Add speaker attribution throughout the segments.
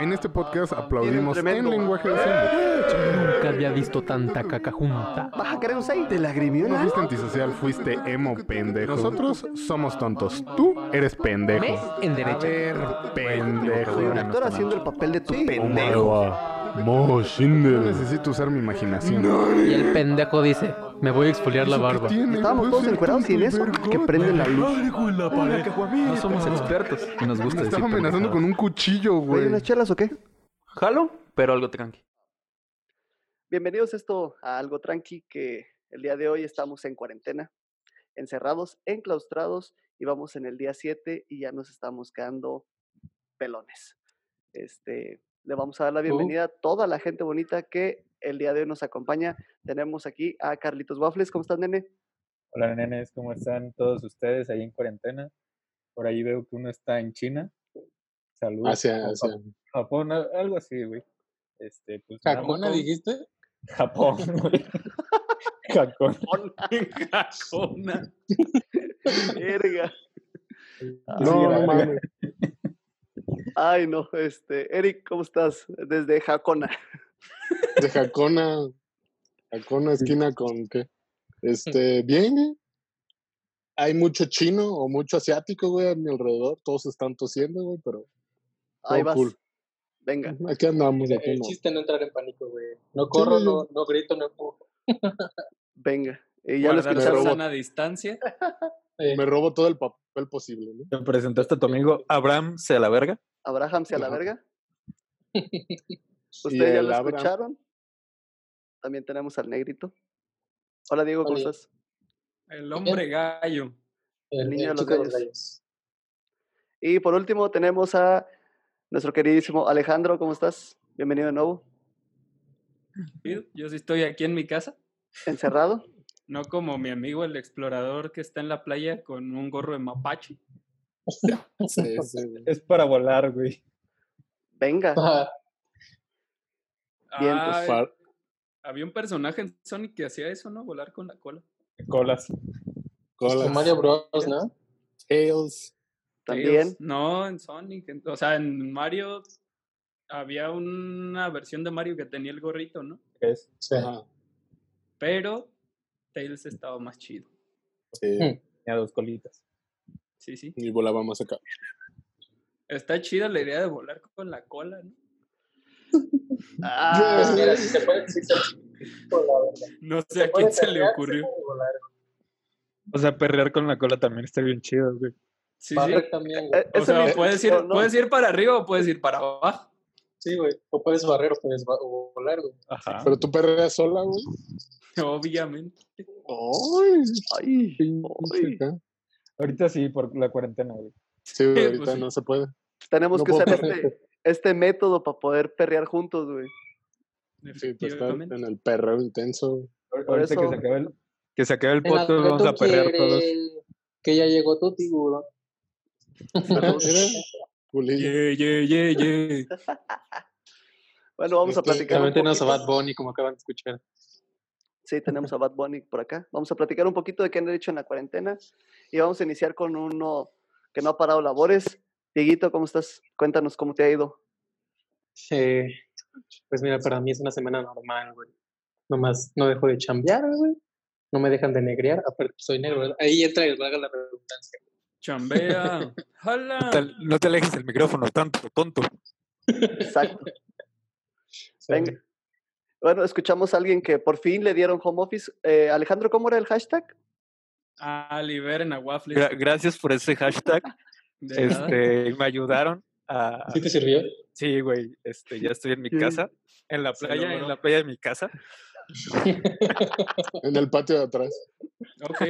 Speaker 1: En este podcast aplaudimos en
Speaker 2: tremendo.
Speaker 1: lenguaje de símbolos.
Speaker 3: Nunca había visto tanta caca junta.
Speaker 2: ¿Vas a querer un 6?
Speaker 4: ¿Te lagrimió
Speaker 1: No
Speaker 4: la
Speaker 1: fuiste antisocial, fuiste emo pendejo. Nosotros somos tontos. Tú eres
Speaker 3: ¿Ves?
Speaker 1: pendejo.
Speaker 3: En
Speaker 1: A
Speaker 3: derecha.
Speaker 1: ver, pendejo.
Speaker 2: Soy un actor haciendo el papel de tu pendejo.
Speaker 1: No necesito usar mi imaginación.
Speaker 3: Y el pendejo dice, me voy a exfoliar la barba.
Speaker 2: Estábamos todos encuerados y en eso que prenden la luz.
Speaker 5: No somos expertos y nos gusta
Speaker 1: Me
Speaker 5: decir
Speaker 1: estaba amenazando con
Speaker 5: pendejadas.
Speaker 1: un cuchillo,
Speaker 2: ¿Hay
Speaker 1: güey.
Speaker 2: unas chelas o qué?
Speaker 5: Jalo, pero algo tranqui.
Speaker 2: Bienvenidos esto a Algo Tranqui, que el día de hoy estamos en cuarentena, encerrados, enclaustrados, y vamos en el día 7 y ya nos estamos quedando pelones. Este, le vamos a dar la bienvenida a toda la gente bonita que el día de hoy nos acompaña. Tenemos aquí a Carlitos Waffles, ¿cómo estás, nene?
Speaker 6: Hola nenes, ¿cómo están todos ustedes ahí en cuarentena? Por ahí veo que uno está en China. Saludos.
Speaker 7: Hacia,
Speaker 6: o
Speaker 7: hacia
Speaker 6: Japón, al- algo así, güey. Este, pues nada,
Speaker 7: Jacona, dijiste.
Speaker 6: Japón, güey. Jacona.
Speaker 2: Verga.
Speaker 6: Así
Speaker 7: No,
Speaker 6: era,
Speaker 7: no
Speaker 6: verga.
Speaker 7: mames.
Speaker 2: Ay, no, este, Eric, ¿cómo estás? Desde Jacona.
Speaker 7: De Jacona. Jacona, esquina con qué. Este, bien, güey. Hay mucho chino o mucho asiático, güey, a mi alrededor. Todos están tosiendo, güey, pero
Speaker 2: Ahí
Speaker 7: Todo
Speaker 2: vas.
Speaker 7: cool.
Speaker 2: Venga.
Speaker 7: aquí andamos, aquí
Speaker 8: El
Speaker 7: no.
Speaker 8: chiste no entrar en pánico, güey. No corro,
Speaker 7: no,
Speaker 8: no, no grito, no empujo.
Speaker 2: Venga. Y ya lo
Speaker 7: Guardar
Speaker 2: escucharon.
Speaker 7: robot.
Speaker 9: sana distancia.
Speaker 8: Eh,
Speaker 7: Me robo todo el papel posible, ¿no?
Speaker 5: ¿Te presentaste a tu amigo Abraham se la verga?
Speaker 2: Abraham se a la
Speaker 7: Ajá.
Speaker 2: verga.
Speaker 7: Y
Speaker 2: Ustedes ya
Speaker 7: el
Speaker 2: lo
Speaker 7: Abraham.
Speaker 2: escucharon. También tenemos al negrito. Hola Diego, ¿cómo
Speaker 8: Hola.
Speaker 2: estás?
Speaker 9: El hombre gallo.
Speaker 2: el
Speaker 8: el
Speaker 2: niño de los
Speaker 8: chico de los
Speaker 2: gallos.
Speaker 8: gallos.
Speaker 2: Y por último tenemos a nuestro queridísimo Alejandro, ¿cómo estás? Bienvenido de nuevo.
Speaker 9: Yo- Yo sí estoy aquí en mi casa,
Speaker 2: Encerrado.
Speaker 9: no como mi amigo el explorador que está en la playa con un gorro de mapache.
Speaker 7: Sí, sí, güey.
Speaker 6: Es para volar, güey.
Speaker 2: Venga.
Speaker 8: Ajá.
Speaker 2: Bien, pues,
Speaker 9: Ay,
Speaker 7: Par-
Speaker 9: había un personaje en Sonic que hacía eso, ¿no? Volar con la cola.
Speaker 6: Colas.
Speaker 7: colas,
Speaker 8: Con Mario Bros, ¿no?
Speaker 7: tails.
Speaker 2: También.
Speaker 9: Tails. No, en Sonic. en- o sea, en Mario había una versión de Mario que tenía el gorrito, ¿no?
Speaker 6: que es-
Speaker 8: Sí.
Speaker 7: Ajá,
Speaker 9: Pero Tails estaba más chido.
Speaker 7: sí.
Speaker 8: Hmm.
Speaker 6: Tenía dos colitas.
Speaker 9: Sí, sí.
Speaker 7: Y volaba más acá.
Speaker 9: Está chida la idea de volar con la cola, ¿no?
Speaker 8: Pues
Speaker 2: Ah,
Speaker 8: mira, si se puede, si se con la verdad.
Speaker 9: No
Speaker 8: Si
Speaker 9: sé a
Speaker 8: puede
Speaker 9: quién se le
Speaker 8: perrear,
Speaker 9: ocurrió.
Speaker 8: puede volar.
Speaker 6: O sea, perrear con la cola también está bien chido, güey.
Speaker 9: Sí, sí.
Speaker 8: Barrer también, güey.
Speaker 2: eh,
Speaker 9: O
Speaker 2: eso
Speaker 9: sea,
Speaker 2: mismo,
Speaker 9: puedes ir,
Speaker 2: no, no.
Speaker 9: puedes ir para arriba o puedes ir para abajo.
Speaker 8: Sí, güey. O puedes barrer o puedes va- o volar, güey.
Speaker 6: Ajá.
Speaker 7: Pero tú perreas sola, güey.
Speaker 9: Obviamente.
Speaker 7: Ay,
Speaker 2: Ay,
Speaker 7: pinche
Speaker 2: ay.
Speaker 7: acá.
Speaker 6: Ahorita sí, por la cuarentena, güey.
Speaker 7: Sí, güey,
Speaker 9: Pues
Speaker 7: ahorita
Speaker 9: sí.
Speaker 7: no se puede.
Speaker 2: tenemos
Speaker 7: No
Speaker 2: que
Speaker 7: puedo
Speaker 2: usar
Speaker 7: perrear.
Speaker 2: este, este método para poder perrear juntos, güey.
Speaker 7: Sí, pues está
Speaker 9: Efectivamente.
Speaker 7: en el perreo intenso. güey.
Speaker 6: Ahor-
Speaker 2: Por
Speaker 6: Ahorita
Speaker 2: eso-
Speaker 6: que se acabe el, que se acabe el
Speaker 8: En la
Speaker 6: podcast,
Speaker 8: que
Speaker 6: vamos
Speaker 8: tú
Speaker 6: a perrear todos.
Speaker 8: quieres, Que ya llegó tu tiburón.
Speaker 7: Ajá, Mira, culillo.
Speaker 9: Yeah, yeah, yeah, yeah.
Speaker 2: Bueno, vamos a
Speaker 7: Este,
Speaker 2: platicar. un
Speaker 8: También tenemos a
Speaker 2: poquito.
Speaker 8: Bad Bunny, como acaban de escuchar.
Speaker 2: Sí, tenemos a Bad Bunny por acá. Vamos a platicar un poquito de qué han hecho en la cuarentena y vamos a iniciar con uno que no ha parado labores. Dieguito, ¿cómo estás? Cuéntanos cómo te ha ido.
Speaker 8: Eh, pues mira, para mí es una semana normal, güey. Nomás no dejo de chambear, güey. No me dejan de negrear. Aparte, soy negro. ¿verdad? Ahí entra y valga la redundancia.
Speaker 9: Chambea. Jala.
Speaker 5: No te alejes del micrófono tanto, tonto.
Speaker 2: Exacto.
Speaker 8: Sí.
Speaker 2: Venga. Bueno, escuchamos a alguien que por fin le dieron home office. Eh, Alejandro, ¿cómo era el hashtag?
Speaker 9: Ah, liberen a Waffles.
Speaker 5: Gra- gracias por ese hashtag.
Speaker 9: De nada.
Speaker 5: Este, me ayudaron a.
Speaker 8: ¿Sí te sirvió?
Speaker 5: Sí, güey. Este, ya estoy en mi
Speaker 2: Sí.
Speaker 5: casa, en la
Speaker 9: Se
Speaker 5: playa, en
Speaker 9: logró.
Speaker 5: la playa de mi casa.
Speaker 7: En el patio de atrás.
Speaker 9: Ok.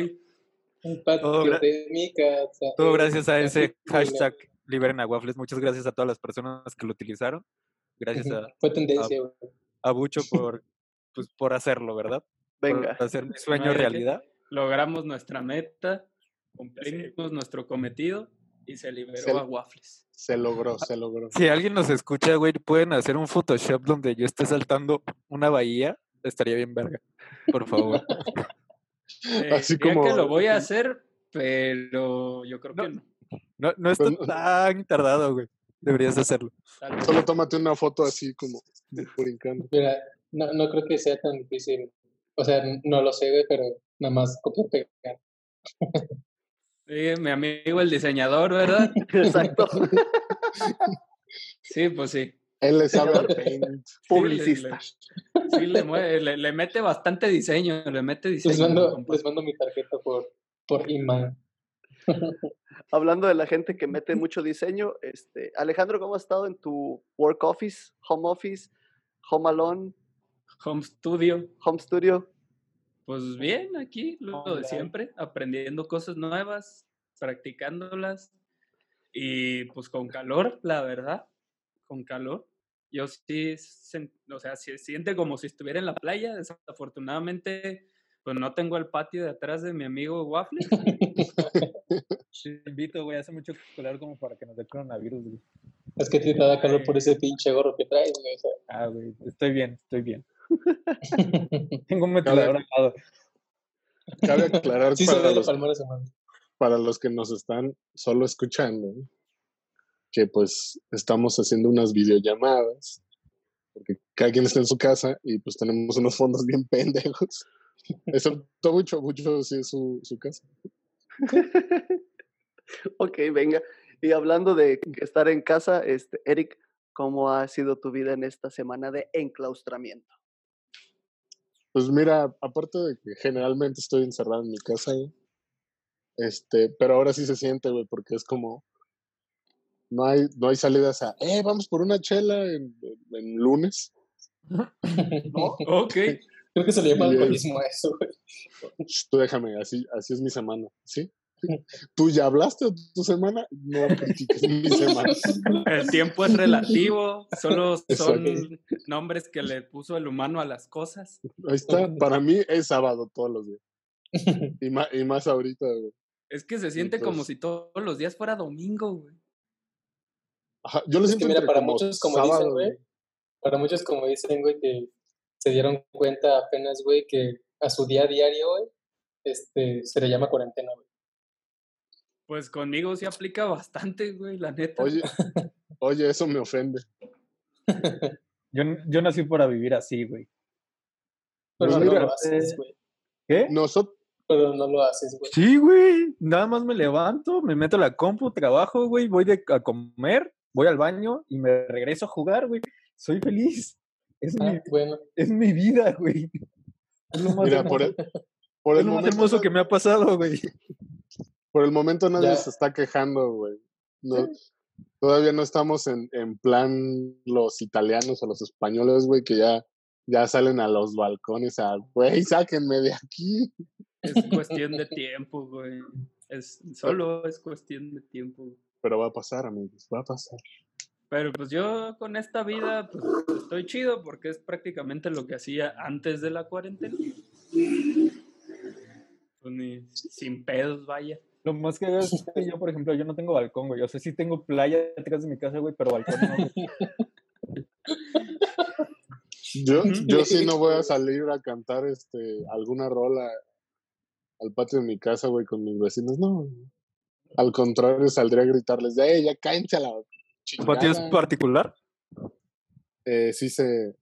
Speaker 8: Un
Speaker 5: Todo
Speaker 8: patio
Speaker 5: gra-
Speaker 8: de mi casa.
Speaker 5: Todo
Speaker 8: eh,
Speaker 5: gracias a
Speaker 8: así
Speaker 5: ese
Speaker 8: como la-
Speaker 5: hashtag Liberen a Waffles. Muchas gracias a todas las personas que lo utilizaron. Gracias
Speaker 8: Ujú.
Speaker 5: a,
Speaker 8: Fue tendencia, güey.
Speaker 5: a Bucho por, pues, por hacerlo, ¿verdad? Por
Speaker 2: Venga.
Speaker 5: hacer mi sueño
Speaker 9: hay de qué.
Speaker 5: realidad.
Speaker 9: Logramos nuestra meta, cumplimos nuestro cometido y se liberó
Speaker 7: Se-
Speaker 9: a Waffles.
Speaker 7: Se logró, se logró.
Speaker 5: Si alguien nos escucha, güey, pueden hacer un Photoshop donde yo esté saltando una bahía. Estaría bien verga. Por favor.
Speaker 9: Eh,
Speaker 7: Así
Speaker 9: diría
Speaker 7: como-
Speaker 9: que lo voy a hacer, pero yo creo que no.
Speaker 5: No, no está
Speaker 7: Pues no-
Speaker 5: tan tardado, güey. Deberías hacerlo.
Speaker 9: Tal vez.
Speaker 7: Solo tómate una foto así como brincando.
Speaker 8: Mira, no, no creo que sea tan difícil. O sea, no lo sé, güey, pero nada más copia pegar.
Speaker 9: Sí, mi amigo el diseñador, ¿verdad?
Speaker 2: Exacto.
Speaker 9: Sí, pues sí.
Speaker 7: Él le sabe al paint.
Speaker 2: Publicista.
Speaker 9: Sí, le, mueve- le- le mete bastante diseño, le mete diseño.
Speaker 8: Les mando,
Speaker 9: compa.
Speaker 8: les mando mi tarjeta por, por email.
Speaker 2: Hablando de la gente que mete mucho diseño, este, Alejandro, ¿cómo has estado en tu work office, home office, home alone,
Speaker 9: Home Studio.
Speaker 2: home studio?
Speaker 9: Pues bien, aquí lo de
Speaker 8: Online.
Speaker 9: siempre, aprendiendo cosas nuevas, practicándolas y pues con calor, la verdad, con calor. Yo sí, sen- o sea, se siente como si estuviera en la playa. Desafortunadamente, pues no tengo el patio de atrás de mi amigo Waffle.
Speaker 6: Te invito, güey, hace mucho calor como para que nos dé coronavirus, güey.
Speaker 8: Es que te da calor por ese pinche gorro que traes, güey. o sea.
Speaker 6: Ah, güey, estoy bien, estoy bien. Tengo un ventilador al lado.
Speaker 7: Cabe aclarar
Speaker 8: Sí se
Speaker 7: para,
Speaker 8: ve la
Speaker 7: los,
Speaker 8: palmera esa madre.
Speaker 7: para los que nos están solo escuchando ¿no? que pues estamos haciendo unas videollamadas porque cada quien está en su casa y pues tenemos unos fondos bien pendejos. Excepto Bucho, Bucho sí es su, su casa.
Speaker 2: Ok, venga. Y hablando de estar en casa, este, Eric, ¿cómo ha sido tu vida en esta semana de enclaustramiento?
Speaker 7: Pues mira, aparte de que generalmente estoy encerrado en mi casa, güey, este, pero ahora sí se siente, güey, porque es como no hay, no hay salidas a, eh, vamos por una chela en, en- en lunes.
Speaker 9: Ok,
Speaker 8: Creo que se le llama
Speaker 7: Bien.
Speaker 8: alcoholismo a eso, güey.
Speaker 7: Ch, Tú déjame, así, así es mi semana, ¿sí? ¿Tú ya hablaste de tu semana? No critiques mi semana.
Speaker 9: el tiempo es relativo, solo son
Speaker 7: Exacto.
Speaker 9: nombres que le puso el humano a las cosas.
Speaker 7: Ahí está, para mí es sábado todos los días. Y más, y más ahorita, güey.
Speaker 9: Es que se siente como
Speaker 7: Entonces-
Speaker 9: si todos los días fuera domingo, güey.
Speaker 7: Ajá, yo lo
Speaker 8: Es
Speaker 7: siento
Speaker 8: que mira,
Speaker 7: entre
Speaker 8: para
Speaker 7: como
Speaker 8: muchos, como
Speaker 7: sábado,
Speaker 8: dicen, güey,
Speaker 7: güey.
Speaker 8: para muchos, como dicen, güey, que se dieron cuenta apenas, güey, que a su día a diario, güey, este, se le llama cuarentena, güey.
Speaker 9: Pues conmigo sí aplica bastante, güey, la neta.
Speaker 7: Oye, oye, eso me ofende.
Speaker 6: Yo, n- yo nací para vivir así, güey.
Speaker 8: Pero
Speaker 7: Pues
Speaker 8: no
Speaker 7: mira,
Speaker 8: lo haces, güey.
Speaker 6: ¿Qué?
Speaker 7: Nosotros.
Speaker 8: Pero no lo haces, güey.
Speaker 6: Sí, güey. Nada más me levanto, me meto a la compu, trabajo, güey, voy de, a comer, voy al baño y me regreso a jugar, güey. Soy feliz. Es,
Speaker 8: Ah,
Speaker 6: mi,
Speaker 8: bueno,
Speaker 6: es mi vida, güey. Es lo más,
Speaker 7: Mira,
Speaker 6: hermoso,
Speaker 7: por el, por
Speaker 6: es
Speaker 7: el
Speaker 6: lo más
Speaker 7: momento,
Speaker 6: hermoso
Speaker 7: na-
Speaker 6: que me ha pasado, güey.
Speaker 7: por el momento nadie
Speaker 8: Ya.
Speaker 7: se está quejando, güey. No- todavía no estamos en, en plan los italianos o los españoles, güey, que ya, ya salen a los balcones a, güey, sáquenme de aquí.
Speaker 9: Es cuestión de tiempo, güey. Es, solo es cuestión de tiempo. güey.
Speaker 7: Pero va a pasar, amigos, va a pasar.
Speaker 9: Pero pues yo con esta vida pues, estoy chido porque es prácticamente lo que hacía antes de la cuarentena. Pues ni- sin pedos, vaya.
Speaker 6: Lo más que veo es que yo, por ejemplo, yo no tengo balcón, güey. O sea, sí tengo playa detrás de mi casa, güey, pero balcón no. güey.
Speaker 7: Yo, yo sí no voy a salir a cantar este alguna rola al patio de mi casa, güey, con mis vecinos, no. Al contrario, saldría a gritarles, ¡eh, ya cáncha la
Speaker 5: ¿Tu patio es
Speaker 7: chingada".
Speaker 5: particular?
Speaker 7: eh, sí se.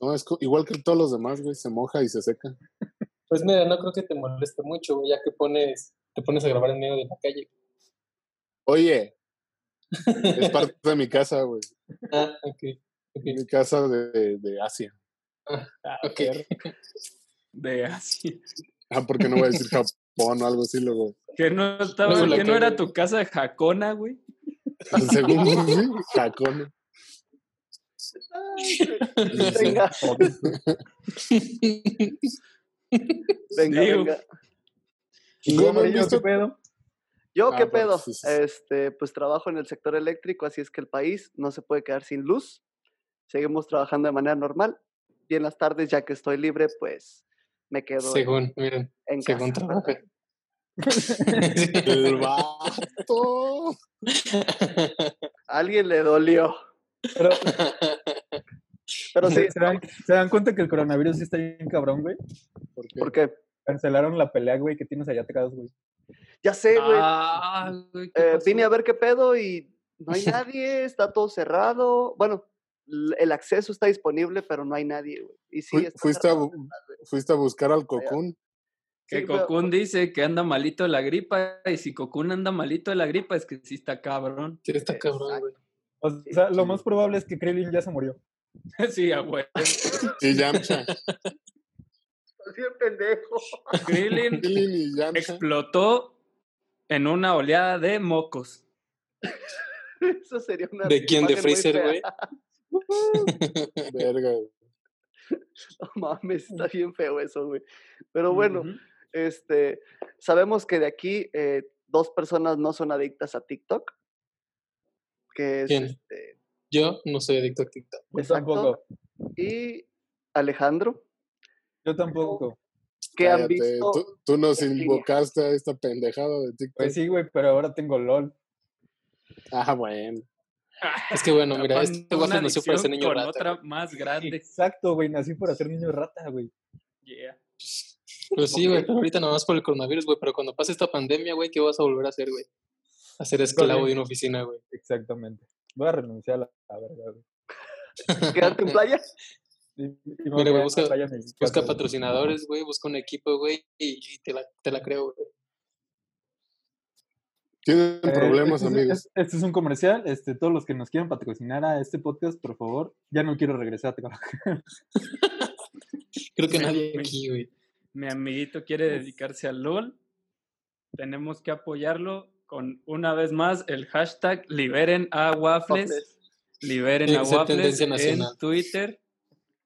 Speaker 7: No, es co- igual que todos los demás, güey, se moja y se seca.
Speaker 8: pues mira, no creo que te moleste mucho, güey, ya que pones, te pones a grabar en medio de la calle.
Speaker 7: Oye, es parte de mi casa, güey.
Speaker 8: Ah, ok. ok,
Speaker 7: Mi casa de, de Asia.
Speaker 8: ah, ok.
Speaker 9: De así.
Speaker 7: Ah, porque no voy a decir Japón o algo así, luego.
Speaker 9: Que no, estaba,
Speaker 8: Luego la
Speaker 9: que no era
Speaker 8: cago.
Speaker 9: tu casa de jacona, güey.
Speaker 7: Según sí, Jacón.
Speaker 2: Venga, venga,
Speaker 9: Digo.
Speaker 2: venga.
Speaker 7: Güey, ¿no
Speaker 6: Güey,
Speaker 7: han
Speaker 6: yo,
Speaker 7: visto?
Speaker 6: ¿Qué pedo?
Speaker 2: Yo,
Speaker 7: Ah,
Speaker 2: ¿qué
Speaker 7: bueno,
Speaker 2: pedo?
Speaker 7: sí, sí, sí.
Speaker 2: Este, pues trabajo en el sector eléctrico, así es que el país no se puede quedar sin luz. Seguimos trabajando de manera normal. Y en las tardes, ya que estoy libre, pues me quedo en-
Speaker 8: Según, miren,
Speaker 2: en casa.
Speaker 8: según
Speaker 2: ¿verdad?
Speaker 8: trabaja.
Speaker 7: El vato.
Speaker 2: A alguien le dolió.
Speaker 6: Pero,
Speaker 2: Pero sí,
Speaker 6: ¿se, se dan, se dan cuenta que el coronavirus sí está bien cabrón, güey?
Speaker 7: Porque
Speaker 2: porque
Speaker 6: Cancelaron la pelea, güey, que tienes allá atrás, güey.
Speaker 2: ya sé, güey.
Speaker 9: Ah, güey, ¿qué
Speaker 2: eh,
Speaker 9: pasó?
Speaker 2: vine a ver qué pedo y No hay nadie, está todo cerrado. Bueno, l- el acceso está disponible, pero no hay nadie, güey. Y sí,
Speaker 7: Fui-
Speaker 2: está
Speaker 7: fuiste, a,
Speaker 2: cerrado.
Speaker 7: bu- fuiste a buscar al cocún.
Speaker 9: Que
Speaker 2: Sí, pero-
Speaker 9: Cocún dice que anda malito de la gripa y si Cocún anda malito de la gripa es que sí está cabrón.
Speaker 8: Sí, está cabrón, güey.
Speaker 6: O sea, lo más probable es que Krillin ya se murió.
Speaker 9: sí, a huevo.
Speaker 7: Y Yamcha.
Speaker 2: Así de pendejo.
Speaker 9: Krillin
Speaker 7: Krillin y Yamcha.
Speaker 9: explotó en una oleada de mocos.
Speaker 2: Eso sería una.
Speaker 8: ¿De quién? ¿De
Speaker 2: imagen muy
Speaker 8: Freezer,
Speaker 2: fea.
Speaker 8: güey?
Speaker 7: Verga. güey.
Speaker 2: No mames, está bien feo eso, güey. Pero bueno,
Speaker 9: Ujú.
Speaker 2: este, sabemos que de aquí eh, dos personas no son adictas a TikTok. Que es
Speaker 8: ¿Quién?
Speaker 2: este,
Speaker 8: Yo no soy adicto a TikTok.
Speaker 6: Yo
Speaker 2: Exacto.
Speaker 6: tampoco.
Speaker 2: y Alejandro,
Speaker 6: Yo tampoco.
Speaker 2: que han
Speaker 7: Cállate,
Speaker 2: visto.
Speaker 7: Tú, tú nos
Speaker 2: en línea.
Speaker 7: invocaste a esta pendejada de TikTok.
Speaker 6: Pues sí, güey, pero ahora tengo LOL.
Speaker 7: Ah, bueno.
Speaker 8: Es que bueno, mira,
Speaker 9: Tapando
Speaker 8: este guaje
Speaker 9: una
Speaker 8: nació para ser
Speaker 9: adicción
Speaker 8: niño
Speaker 9: con
Speaker 8: rata.
Speaker 9: otra más grande.
Speaker 6: Exacto, güey. Nací por hacer niño rata, güey.
Speaker 9: Yeah.
Speaker 8: Pero Pues sí, güey, pero ahorita nada más por el coronavirus, güey. Pero cuando pase esta pandemia, güey, ¿qué vas a volver a hacer, güey? A ser esclavo de una oficina, güey.
Speaker 6: Exactamente. Voy a renunciar a la, la verdad, güey.
Speaker 2: ¿Quedarte en playa?
Speaker 6: Y, y me
Speaker 8: Mira,
Speaker 6: voy
Speaker 8: güey,
Speaker 6: a
Speaker 8: busca-
Speaker 6: playa mis
Speaker 8: Busca
Speaker 6: cuatro días.
Speaker 8: patrocinadores, güey. Busca un equipo, güey. Y, y te, la, te la creo, güey.
Speaker 7: Tienen
Speaker 6: Eh,
Speaker 7: problemas,
Speaker 6: este es-
Speaker 7: amigos.
Speaker 6: es- Este es un comercial. Este, todos los que nos quieran patrocinar a este podcast, por favor, ya no quiero regresar a trabajar.
Speaker 8: Creo que
Speaker 9: Me-
Speaker 8: nadie
Speaker 9: me-
Speaker 8: aquí, güey.
Speaker 9: Mi amiguito quiere
Speaker 8: Pues
Speaker 9: dedicarse al LOL. Tenemos que apoyarlo con una vez más el hashtag liberen a waffles.
Speaker 2: Waffles.
Speaker 9: Liberen
Speaker 8: Tiene
Speaker 9: a
Speaker 8: que ser
Speaker 9: waffles
Speaker 8: tendencia
Speaker 9: en
Speaker 8: nacional.
Speaker 9: Twitter.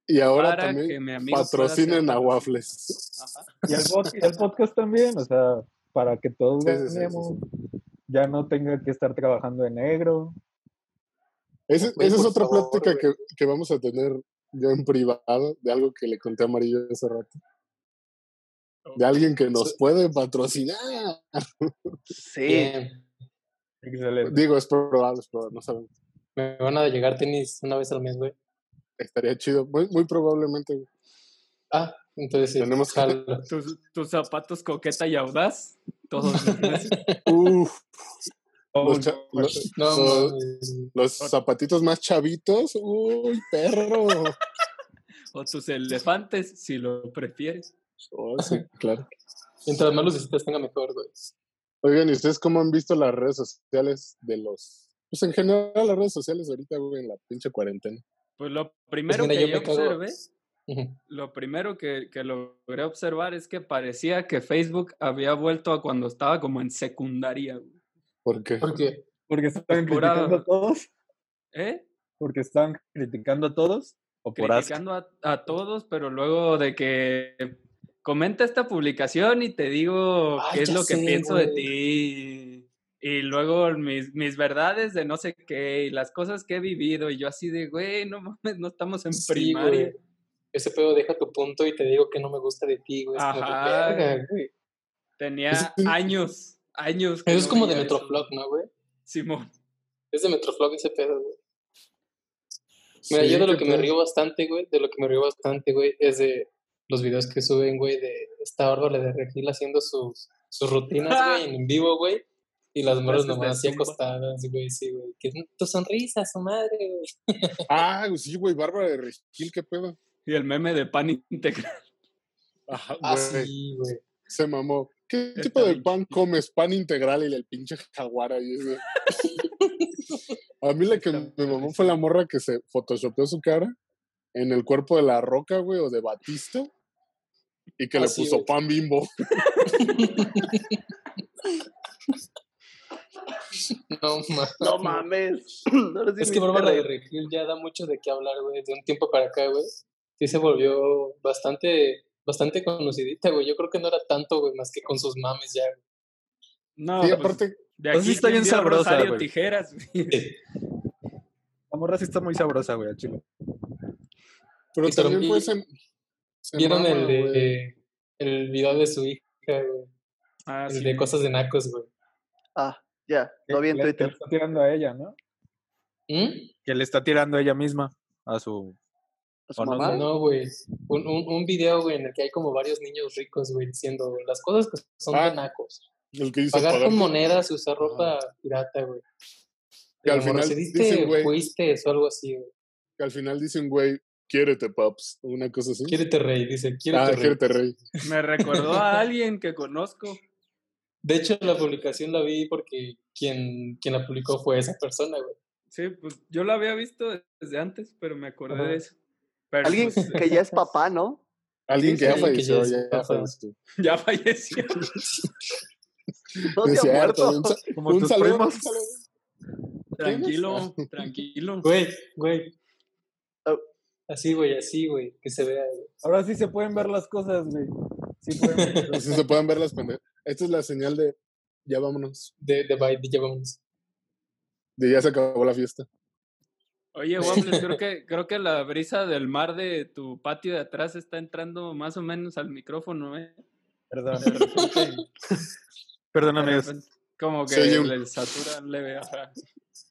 Speaker 7: Y ahora
Speaker 9: para que
Speaker 7: también
Speaker 9: mi amigo pueda
Speaker 7: patrocinen
Speaker 9: hacer-
Speaker 7: a Waffles.
Speaker 9: Ajá.
Speaker 6: Y al, pod- y al podcast también, o sea, para que todos
Speaker 7: Sí, sí, sí, sí,
Speaker 6: ganemos. Ya no tenga que estar trabajando de negro.
Speaker 7: Ese-
Speaker 8: Güey,
Speaker 7: esa es
Speaker 8: por
Speaker 7: otra
Speaker 8: favor,
Speaker 7: plática que, que vamos a tener yo en privado de algo que le conté a Amarillo hace rato. De alguien que nos
Speaker 8: Sí.
Speaker 7: puede patrocinar.
Speaker 2: Sí.
Speaker 8: Bien.
Speaker 6: Excelente.
Speaker 7: Digo, es probable, es probable, no sabemos.
Speaker 8: Me van a llegar tenis una vez al mes, güey.
Speaker 7: Estaría chido. Muy, muy probablemente. güey.
Speaker 8: Ah, entonces sí.
Speaker 7: Tenemos que-
Speaker 8: jalo.
Speaker 9: Tus, tus zapatos coqueta y audaz. Todos los meses.
Speaker 7: Uf,
Speaker 6: Oh,
Speaker 7: los, cha-
Speaker 6: no,
Speaker 7: los-
Speaker 8: No,
Speaker 7: los-
Speaker 8: mames.
Speaker 7: los zapatitos más chavitos. Uy, perro.
Speaker 9: o tus elefantes, si lo prefieres.
Speaker 7: Oh, sí, claro.
Speaker 8: Mientras más lucecitas tenga mejor, güey.
Speaker 7: Oigan, ¿y ustedes cómo han visto las redes sociales de los... Pues en general las redes sociales ahorita, güey, en la pinche cuarentena.
Speaker 9: Pues lo primero
Speaker 8: mira,
Speaker 9: que
Speaker 8: yo
Speaker 9: yo
Speaker 8: me cago-
Speaker 9: observé,
Speaker 8: Ujú.
Speaker 9: lo primero que, que logré observar es que parecía que Facebook había vuelto a cuando estaba como en secundaria. güey.
Speaker 7: Porque
Speaker 8: Porque
Speaker 6: porque
Speaker 5: Pues,
Speaker 6: estaban
Speaker 9: Por ahora-
Speaker 6: criticando a todos.
Speaker 9: ¿Eh?
Speaker 6: Porque estaban criticando a todos. O por asco.
Speaker 9: Criticando a, a todos, pero luego de que comenta esta publicación y te digo
Speaker 8: Ah,
Speaker 9: qué es
Speaker 8: ya
Speaker 9: lo que
Speaker 8: sé,
Speaker 9: pienso de
Speaker 8: güey.
Speaker 9: ti. Y luego mis, mis verdades de no sé qué y las cosas que he vivido. Y yo así de, güey, no mames, no estamos en
Speaker 8: sí,
Speaker 9: primaria.
Speaker 8: güey. Ese pedo deja tu punto y te digo que no me gusta de ti, güey. Es como de,
Speaker 9: Ajá.
Speaker 8: "Verga, güey".
Speaker 9: Tenía años, años. que
Speaker 8: Eso es
Speaker 9: no
Speaker 8: como de
Speaker 9: veía eso,
Speaker 8: Metroflog, ¿no, güey?
Speaker 9: Simón.
Speaker 8: Es de Metroflog ese pedo, güey. Mira, yo de lo que me río bastante, güey, de lo que me río bastante, güey, es de los videos que suben, güey, de esta órgale de Regil haciendo sus, sus rutinas, güey, en vivo, güey. Y las morras
Speaker 9: Frases de
Speaker 8: nomás así
Speaker 9: Zumba.
Speaker 8: acostadas, güey, sí, güey. Que es, tu sonrisa, su madre, güey.
Speaker 7: Ah, güey, sí, güey, Bárbara de Regil, qué pedo.
Speaker 9: Y el meme de pan integral.
Speaker 7: Ajá,
Speaker 8: Ah,
Speaker 7: güey,
Speaker 8: sí, güey.
Speaker 7: se mamó. ¿Qué
Speaker 9: Está
Speaker 7: tipo de
Speaker 9: bien
Speaker 7: pan comes? Pan integral y el pinche jaguar ahí. güey. A mí la que
Speaker 9: Está
Speaker 7: me mamó fue la morra que se photoshopeó su cara en el cuerpo de la roca, güey, o de Batista. Y que
Speaker 8: Ah,
Speaker 7: le
Speaker 8: sí,
Speaker 7: puso
Speaker 8: güey.
Speaker 7: pan bimbo.
Speaker 8: No, ma.
Speaker 2: No mames. Ahora sí me
Speaker 8: Es que
Speaker 2: hiciste
Speaker 8: Bárbara de
Speaker 2: reír.
Speaker 8: Regil ya da mucho de qué hablar, güey, de un tiempo para acá, güey. Sí se volvió bastante, bastante conocidita, güey. Yo creo que no era tanto, güey, más que con sus mames ya, güey.
Speaker 9: No,
Speaker 7: Y
Speaker 9: pues,
Speaker 7: aparte,
Speaker 9: de
Speaker 6: pues
Speaker 9: aquí
Speaker 6: está bien
Speaker 9: ¿quién vio a
Speaker 6: sabrosa,
Speaker 9: Rosario
Speaker 6: güey.
Speaker 9: Tijeras. güey?
Speaker 6: La morra sí está muy sabrosa, güey, al chile.
Speaker 7: pero
Speaker 8: Víctor,
Speaker 7: también fue
Speaker 8: ¿y-
Speaker 7: sem- se
Speaker 8: ¿Vieron
Speaker 7: mama,
Speaker 8: el,
Speaker 7: güey.
Speaker 8: de, el video de su hija, güey?
Speaker 9: Ah,
Speaker 8: El
Speaker 9: sí.
Speaker 8: de cosas de nacos, güey.
Speaker 2: Ah, ya,
Speaker 7: Eh,
Speaker 2: lo vi en
Speaker 6: Que le- que
Speaker 2: Twitter.
Speaker 6: le está tirando a ella, ¿no?
Speaker 8: ¿Mm?
Speaker 6: Que le está tirando a ella misma. A su.
Speaker 2: ¿A su
Speaker 6: o no,
Speaker 2: mamá?
Speaker 8: No, güey. Un, un, un video, güey, en el que hay como varios niños ricos, güey, diciendo las cosas que son
Speaker 7: Ah,
Speaker 8: de nacos.
Speaker 7: El que dice
Speaker 8: Pagar
Speaker 7: pagar
Speaker 8: con monedas y usar ropa pirata, güey.
Speaker 7: Que al
Speaker 8: Como
Speaker 7: final
Speaker 8: retrocediste,
Speaker 7: dicen, güey.
Speaker 8: fuiste o algo así, güey.
Speaker 7: Que al final dice un güey, quiérete, paps, o una cosa así.
Speaker 8: Quiérete rey, dice, quiérete
Speaker 7: ah,
Speaker 8: rey.
Speaker 7: quiérete, rey.
Speaker 9: Me recordó a alguien que conozco.
Speaker 8: De hecho, la publicación la vi porque quien, quien la publicó fue esa persona, güey.
Speaker 9: Sí, pues yo lo había visto desde antes, pero me acordé
Speaker 8: Ajá.
Speaker 9: de eso. Pero,
Speaker 2: Alguien
Speaker 9: pues,
Speaker 2: que ya es papá, ¿no?
Speaker 7: Alguien que ya
Speaker 8: alguien que ya
Speaker 7: falleció,
Speaker 8: es-
Speaker 7: ya,
Speaker 8: ajá.
Speaker 7: falleció.
Speaker 9: ya falleció.
Speaker 2: No
Speaker 7: Es
Speaker 2: se ha
Speaker 7: cierto,
Speaker 2: muerto.
Speaker 7: un sa-
Speaker 6: Como
Speaker 7: un
Speaker 6: tus
Speaker 7: saludo,
Speaker 6: primos.
Speaker 7: un saludo.
Speaker 9: Tranquilo, tranquilo.
Speaker 8: Güey, güey.
Speaker 7: Ah.
Speaker 2: Oh.
Speaker 8: Así, güey, así, güey. Que se vea, güey.
Speaker 6: Ahora sí se pueden ver las cosas, güey. Sí pueden ver.
Speaker 7: Así se pueden ver las pendejas. Esta es la señal de ya vámonos,
Speaker 8: De, de Biden, ya vámonos.
Speaker 7: de ya se acabó la fiesta.
Speaker 9: Oye, Waffles, creo que, creo que la brisa del mar de tu patio de atrás está entrando más o menos al micrófono, ¿eh?
Speaker 6: Perdón.
Speaker 9: De repente-
Speaker 5: Perdón,
Speaker 9: de
Speaker 5: amigos.
Speaker 9: repente, como que
Speaker 7: Se oye un-
Speaker 9: le saturan leve. ajá.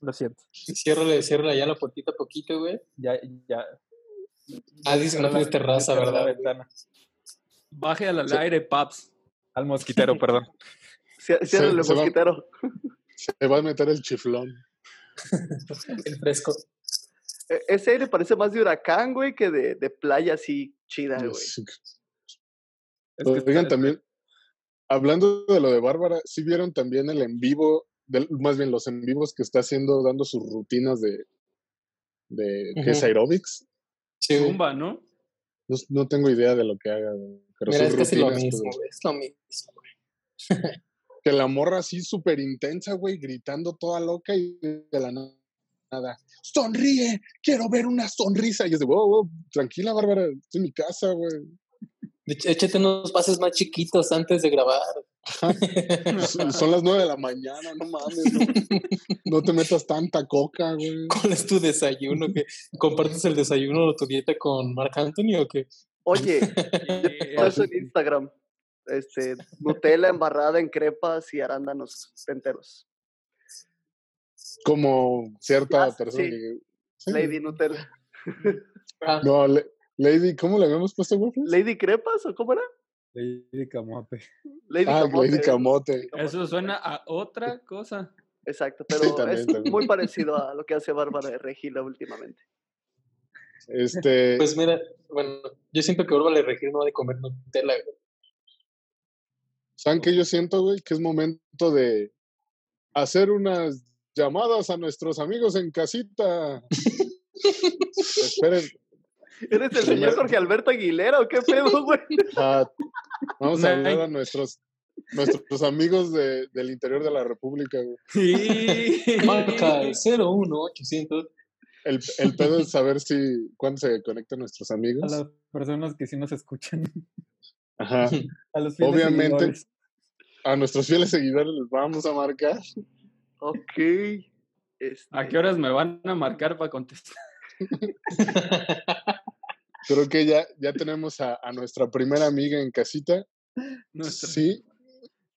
Speaker 6: Lo siento.
Speaker 8: Ciérrale, ciérrale ya la puertita poquito, güey.
Speaker 6: Ya, ya.
Speaker 8: Ah, dice que no tienes terraza,
Speaker 6: Cerré la
Speaker 8: ¿verdad?
Speaker 6: ventana.
Speaker 9: Baje al aire, paps.
Speaker 6: Al mosquitero, perdón.
Speaker 2: Cier- Ciérrale,
Speaker 7: se va-
Speaker 2: mosquitero.
Speaker 7: Se va a meter el chiflón.
Speaker 8: El fresco.
Speaker 2: E- Ese aire parece más de huracán, güey, que de, de playa así chida, güey.
Speaker 7: Sí.
Speaker 9: Es que
Speaker 7: Pues Oigan,
Speaker 9: está-
Speaker 7: también, hablando de lo de Bárbara, ¿sí vieron también el en vivo, del- más bien los en vivos que está haciendo, dando sus rutinas de, de ¿qué es
Speaker 8: Ujú.
Speaker 7: aerobics?
Speaker 8: Sí, güey.
Speaker 9: Zumba, ¿no?
Speaker 7: No, no tengo idea de lo que haga, güey, pero
Speaker 8: Mira,
Speaker 7: sus
Speaker 8: es casi lo
Speaker 7: rutinas,
Speaker 8: mismo,
Speaker 7: pues,
Speaker 8: güey. Es lo mismo. güey.
Speaker 7: que la morra así súper intensa, güey, gritando toda loca y de la na- nada. Sonríe, quiero ver una sonrisa. Y es de, wow, wow, tranquila, Bárbara, estoy en mi casa, güey.
Speaker 8: De hecho, Échate unos pases más chiquitos antes de grabar.
Speaker 7: Son son las nueve de la mañana, no mames. No, no te metas tanta coca, güey.
Speaker 8: ¿Cuál es tu desayuno? ¿Qué- ¿Compartes el desayuno o tu dieta con Marc Anthony o qué?
Speaker 7: pues,
Speaker 2: Oye,
Speaker 8: Pues
Speaker 9: Y-
Speaker 2: todo eso en Instagram. Este, Nutella embarrada en crepas y arándanos enteros.
Speaker 7: Como cierta
Speaker 2: Ya,
Speaker 7: persona.
Speaker 2: sí.
Speaker 7: que- sí.
Speaker 2: Lady Nutella.
Speaker 8: Ah,
Speaker 7: No, le- Lady, ¿cómo le habíamos puesto, güey?
Speaker 2: ¿Lady Crepas o cómo era?
Speaker 6: Lady Camote.
Speaker 2: Lady
Speaker 7: Ah,
Speaker 2: Camote.
Speaker 7: Lady Camote.
Speaker 8: pues,
Speaker 9: Eso suena a otra cosa.
Speaker 2: Exacto,
Speaker 7: Sí,
Speaker 2: pero
Speaker 7: también,
Speaker 2: es
Speaker 7: también.
Speaker 2: muy parecido a lo que hace Bárbara de Regila últimamente.
Speaker 7: Este,
Speaker 8: Pues mira, bueno, yo siento que Urba le regir no ha de comer Nutella, güey.
Speaker 7: ¿Saben qué yo siento, güey? Que es momento de hacer unas llamadas a nuestros amigos en casita. Esperen.
Speaker 2: ¿Eres el señor Jorge Alberto Aguilera o qué pedo, güey?
Speaker 7: ah, vamos a hablar
Speaker 9: Ay.
Speaker 7: a nuestros, nuestros amigos de- del interior de la República, güey.
Speaker 9: Sí.
Speaker 8: Marca el 01800.
Speaker 7: El, el pedo es saber si cuándo se conectan nuestros
Speaker 6: A
Speaker 7: amigos.
Speaker 6: las personas que sí nos escuchan.
Speaker 7: Ajá.
Speaker 6: A los fieles
Speaker 7: Obviamente.
Speaker 6: seguidores.
Speaker 7: A nuestros fieles seguidores les vamos a marcar.
Speaker 2: Ok. este,
Speaker 9: ¿A qué horas me van a marcar para contestar?
Speaker 7: Creo que ya, ya tenemos a, a nuestra primera amiga en casita.
Speaker 9: Nuestra-
Speaker 7: Sí,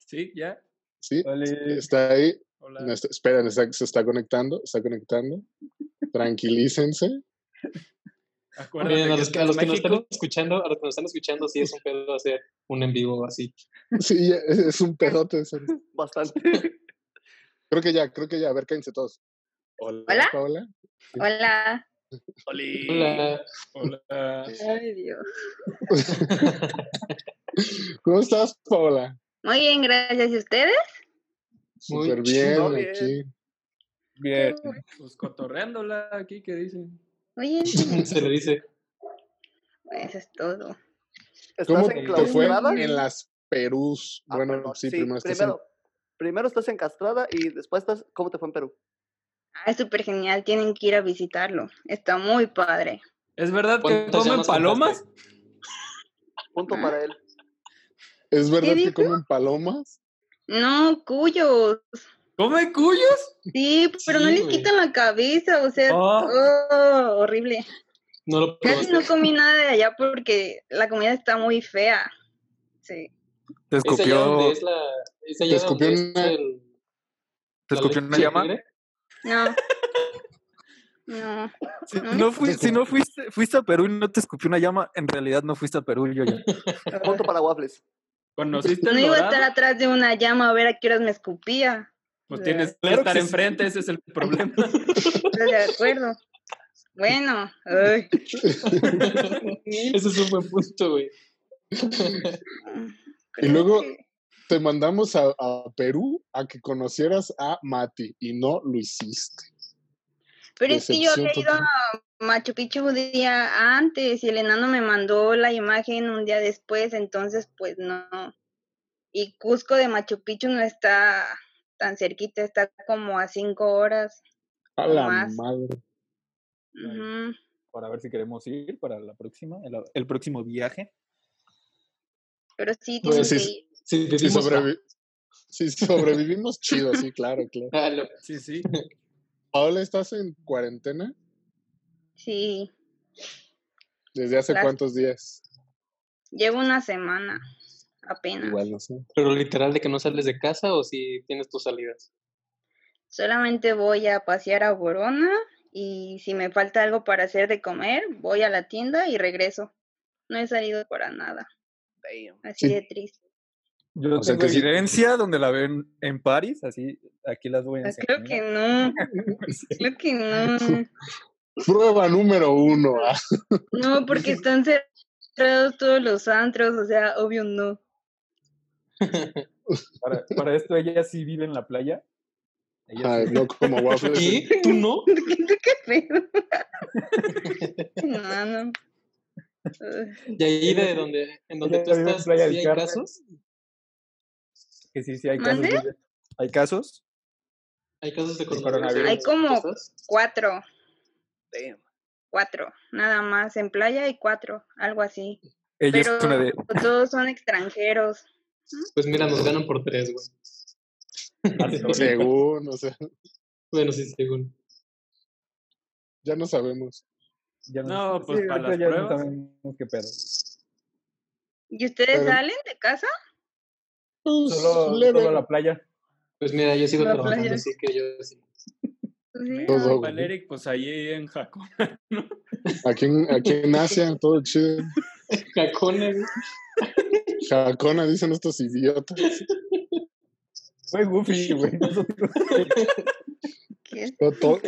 Speaker 9: Sí, ya.
Speaker 7: sí.
Speaker 6: Ole.
Speaker 7: Está ahí.
Speaker 9: Hola.
Speaker 7: No, está- esperen, está- se está conectando, está conectando. Tranquilícense.
Speaker 9: Acuérdate
Speaker 8: Miren, a
Speaker 9: que
Speaker 8: los, que- a
Speaker 9: estás
Speaker 8: los que
Speaker 9: en
Speaker 8: nos
Speaker 9: México.
Speaker 8: están escuchando, a los que nos están escuchando, sí es un pedo hacer un en vivo así.
Speaker 7: Sí, ya, es, es un pedote. en serio.
Speaker 2: Bastante.
Speaker 7: Creo que ya, creo que ya. A ver, cállense todos. Hola,
Speaker 4: ¿Hola?
Speaker 7: Paola.
Speaker 4: Hola.
Speaker 9: Oli.
Speaker 8: Hola.
Speaker 9: Hola.
Speaker 4: Ay, Dios.
Speaker 7: ¿Cómo estás, Paola?
Speaker 4: Muy bien, gracias. ¿Y ustedes?
Speaker 8: Muy
Speaker 7: Súper bien
Speaker 2: chido, bien.
Speaker 7: aquí.
Speaker 6: Bien.
Speaker 9: Pues cotorreándola aquí, ¿qué dicen?
Speaker 4: Muy bien.
Speaker 8: Se le dice.
Speaker 4: Eso es todo.
Speaker 2: ¿Estás
Speaker 7: ¿Cómo te fue
Speaker 2: enclaustrada?
Speaker 7: en las Perús?
Speaker 2: Ah,
Speaker 7: bueno,
Speaker 2: perdón,
Speaker 7: sí, primero estás en-
Speaker 2: primero, primero estás encastrada y después estás. ¿Cómo te fue en Perú?
Speaker 4: Ah, es súper genial. Tienen que ir a visitarlo. Está muy padre.
Speaker 9: ¿Es verdad que
Speaker 8: ¿Cuántas
Speaker 9: comen
Speaker 8: llamas
Speaker 9: palomas?
Speaker 2: Punto
Speaker 7: Mm.
Speaker 4: Ah.
Speaker 2: para él.
Speaker 7: ¿Es verdad que
Speaker 4: dijo?
Speaker 7: comen palomas?
Speaker 4: No, cuyos.
Speaker 9: ¿Come cuyos?
Speaker 4: Sí, pero no
Speaker 8: Sí,
Speaker 4: les
Speaker 8: güey.
Speaker 4: quitan la cabeza. O sea,
Speaker 9: Oh.
Speaker 4: oh, horrible.
Speaker 8: No lo
Speaker 4: Casi
Speaker 8: probaste.
Speaker 4: no comí nada de allá porque la comida está muy fea. Sí.
Speaker 5: Te
Speaker 8: Es allá
Speaker 5: escupió,
Speaker 8: donde es la. Es allá
Speaker 7: Te escupió
Speaker 8: donde es
Speaker 7: una-
Speaker 8: el-
Speaker 5: te
Speaker 8: la
Speaker 5: escupió
Speaker 8: leche
Speaker 5: una
Speaker 8: de
Speaker 5: llama.
Speaker 8: tigre.
Speaker 4: No. No.
Speaker 5: Si
Speaker 4: ¿No?
Speaker 5: no, fui- si no fuiste, fuiste a Perú y no te escupió una llama, en realidad no fuiste a Perú, yo ya.
Speaker 2: Punto para waffles.
Speaker 9: ¿Conociste
Speaker 4: Pues, No
Speaker 9: el
Speaker 4: iba a estar
Speaker 9: dorado?
Speaker 4: atrás de una llama a ver a qué horas me escupía.
Speaker 9: Pues
Speaker 2: Eh,
Speaker 9: tienes que
Speaker 6: claro
Speaker 9: estar
Speaker 6: que sí.
Speaker 9: enfrente, ese es el problema.
Speaker 4: Estoy de acuerdo. Bueno, ay,
Speaker 8: Ese es un buen punto, güey.
Speaker 4: creo
Speaker 7: luego-
Speaker 4: que-
Speaker 7: Te mandamos a, a Perú a que conocieras a Mati y no lo hiciste.
Speaker 4: Pero
Speaker 7: pues,
Speaker 4: es que yo había
Speaker 7: Decepción
Speaker 4: ido
Speaker 7: total.
Speaker 4: a Machu Picchu un día antes y el enano me mandó la imagen un día después, entonces pues no. Y Cusco de Machu Picchu no está tan cerquita, está como a cinco horas.
Speaker 7: A la
Speaker 4: Más.
Speaker 7: madre.
Speaker 4: Ujú.
Speaker 6: Para ver si queremos ir para la próxima, el, el próximo viaje.
Speaker 4: Pero sí,
Speaker 7: Pues
Speaker 4: tienen
Speaker 7: sí,
Speaker 4: que ir.
Speaker 8: Sí,
Speaker 7: Si,
Speaker 8: vivimos la-
Speaker 7: sobrevi- si sobrevivimos, chido, sí, claro, claro.
Speaker 8: Ah, lo-
Speaker 9: Sí, sí.
Speaker 7: Paola, ¿estás en cuarentena?
Speaker 4: Sí,
Speaker 7: ¿Desde hace
Speaker 4: Claro.
Speaker 7: cuántos días?
Speaker 4: llevo una semana apenas.
Speaker 7: Igual, no sé.
Speaker 8: Pero literal de que no sales de casa o si tienes tus salidas.
Speaker 4: Solamente voy a pasear a Borona y si me falta algo para hacer de comer, voy a la tienda y regreso. No he salido para nada,
Speaker 2: Damn.
Speaker 4: así
Speaker 7: Sí.
Speaker 4: de triste.
Speaker 6: Yo
Speaker 7: O sea
Speaker 6: tengo
Speaker 7: que sí.
Speaker 6: evidencia donde la ven en París, así aquí las voy a enseñar.
Speaker 4: Pues Creo que no, creo que no.
Speaker 7: Prueba número uno. ah.
Speaker 4: No, porque están cerrados todos los antros, o sea, obvio no.
Speaker 6: Para, para esto ella sí vive en la playa. Ella
Speaker 7: Ay,
Speaker 6: sí-
Speaker 7: no como waffles.
Speaker 8: ¿Qué? ¿Tú no?
Speaker 4: ¿Qué pedo? No, no. Ugh,
Speaker 8: Y ahí de donde, en donde
Speaker 6: Ella
Speaker 8: tú
Speaker 6: vive en
Speaker 8: estás, ¿sí
Speaker 6: Playa del
Speaker 8: hay
Speaker 6: Carmen.
Speaker 8: casos?
Speaker 6: que sí, sí hay casos.
Speaker 4: ¿Mande?
Speaker 6: de- ¿Hay casos?
Speaker 8: ¿Hay casos de
Speaker 6: Con
Speaker 8: coronavirus?
Speaker 6: coronavirus.
Speaker 8: ahí
Speaker 4: Hay
Speaker 8: donde tú
Speaker 4: como-
Speaker 8: estás?
Speaker 4: Cuatro,
Speaker 2: Damn.
Speaker 4: cuatro, nada más. En playa hay cuatro, algo así.
Speaker 6: Ella
Speaker 4: Pero
Speaker 6: es una de.
Speaker 4: todos son extranjeros.
Speaker 8: Pues mira, nos ganan por tres, güey.
Speaker 7: Según, o sea,
Speaker 8: Bueno, sí, según.
Speaker 7: ya no sabemos.
Speaker 6: ya
Speaker 9: No, pues, para
Speaker 6: ahorita
Speaker 9: las
Speaker 6: ya no
Speaker 9: pruebas.
Speaker 6: sabemos qué pedo.
Speaker 4: ¿Y ustedes
Speaker 7: Pero-
Speaker 4: salen de casa?
Speaker 7: Pues,
Speaker 6: Solo,
Speaker 7: leve.
Speaker 6: solo a la playa.
Speaker 8: Pues mira, yo sigo
Speaker 4: La
Speaker 8: trabajando,
Speaker 4: playa.
Speaker 8: así que yo sí.
Speaker 4: Sí,
Speaker 7: Todo,
Speaker 4: ay,
Speaker 7: güey.
Speaker 9: Valeric, pues allí en Jacón.
Speaker 7: aquí, en, aquí en Asia, todo chido.
Speaker 8: Jacona, güey.
Speaker 7: Jacona, dicen estos idiotas.
Speaker 6: Fue Goofy, güey. Nosotros-
Speaker 4: qué
Speaker 7: No, to-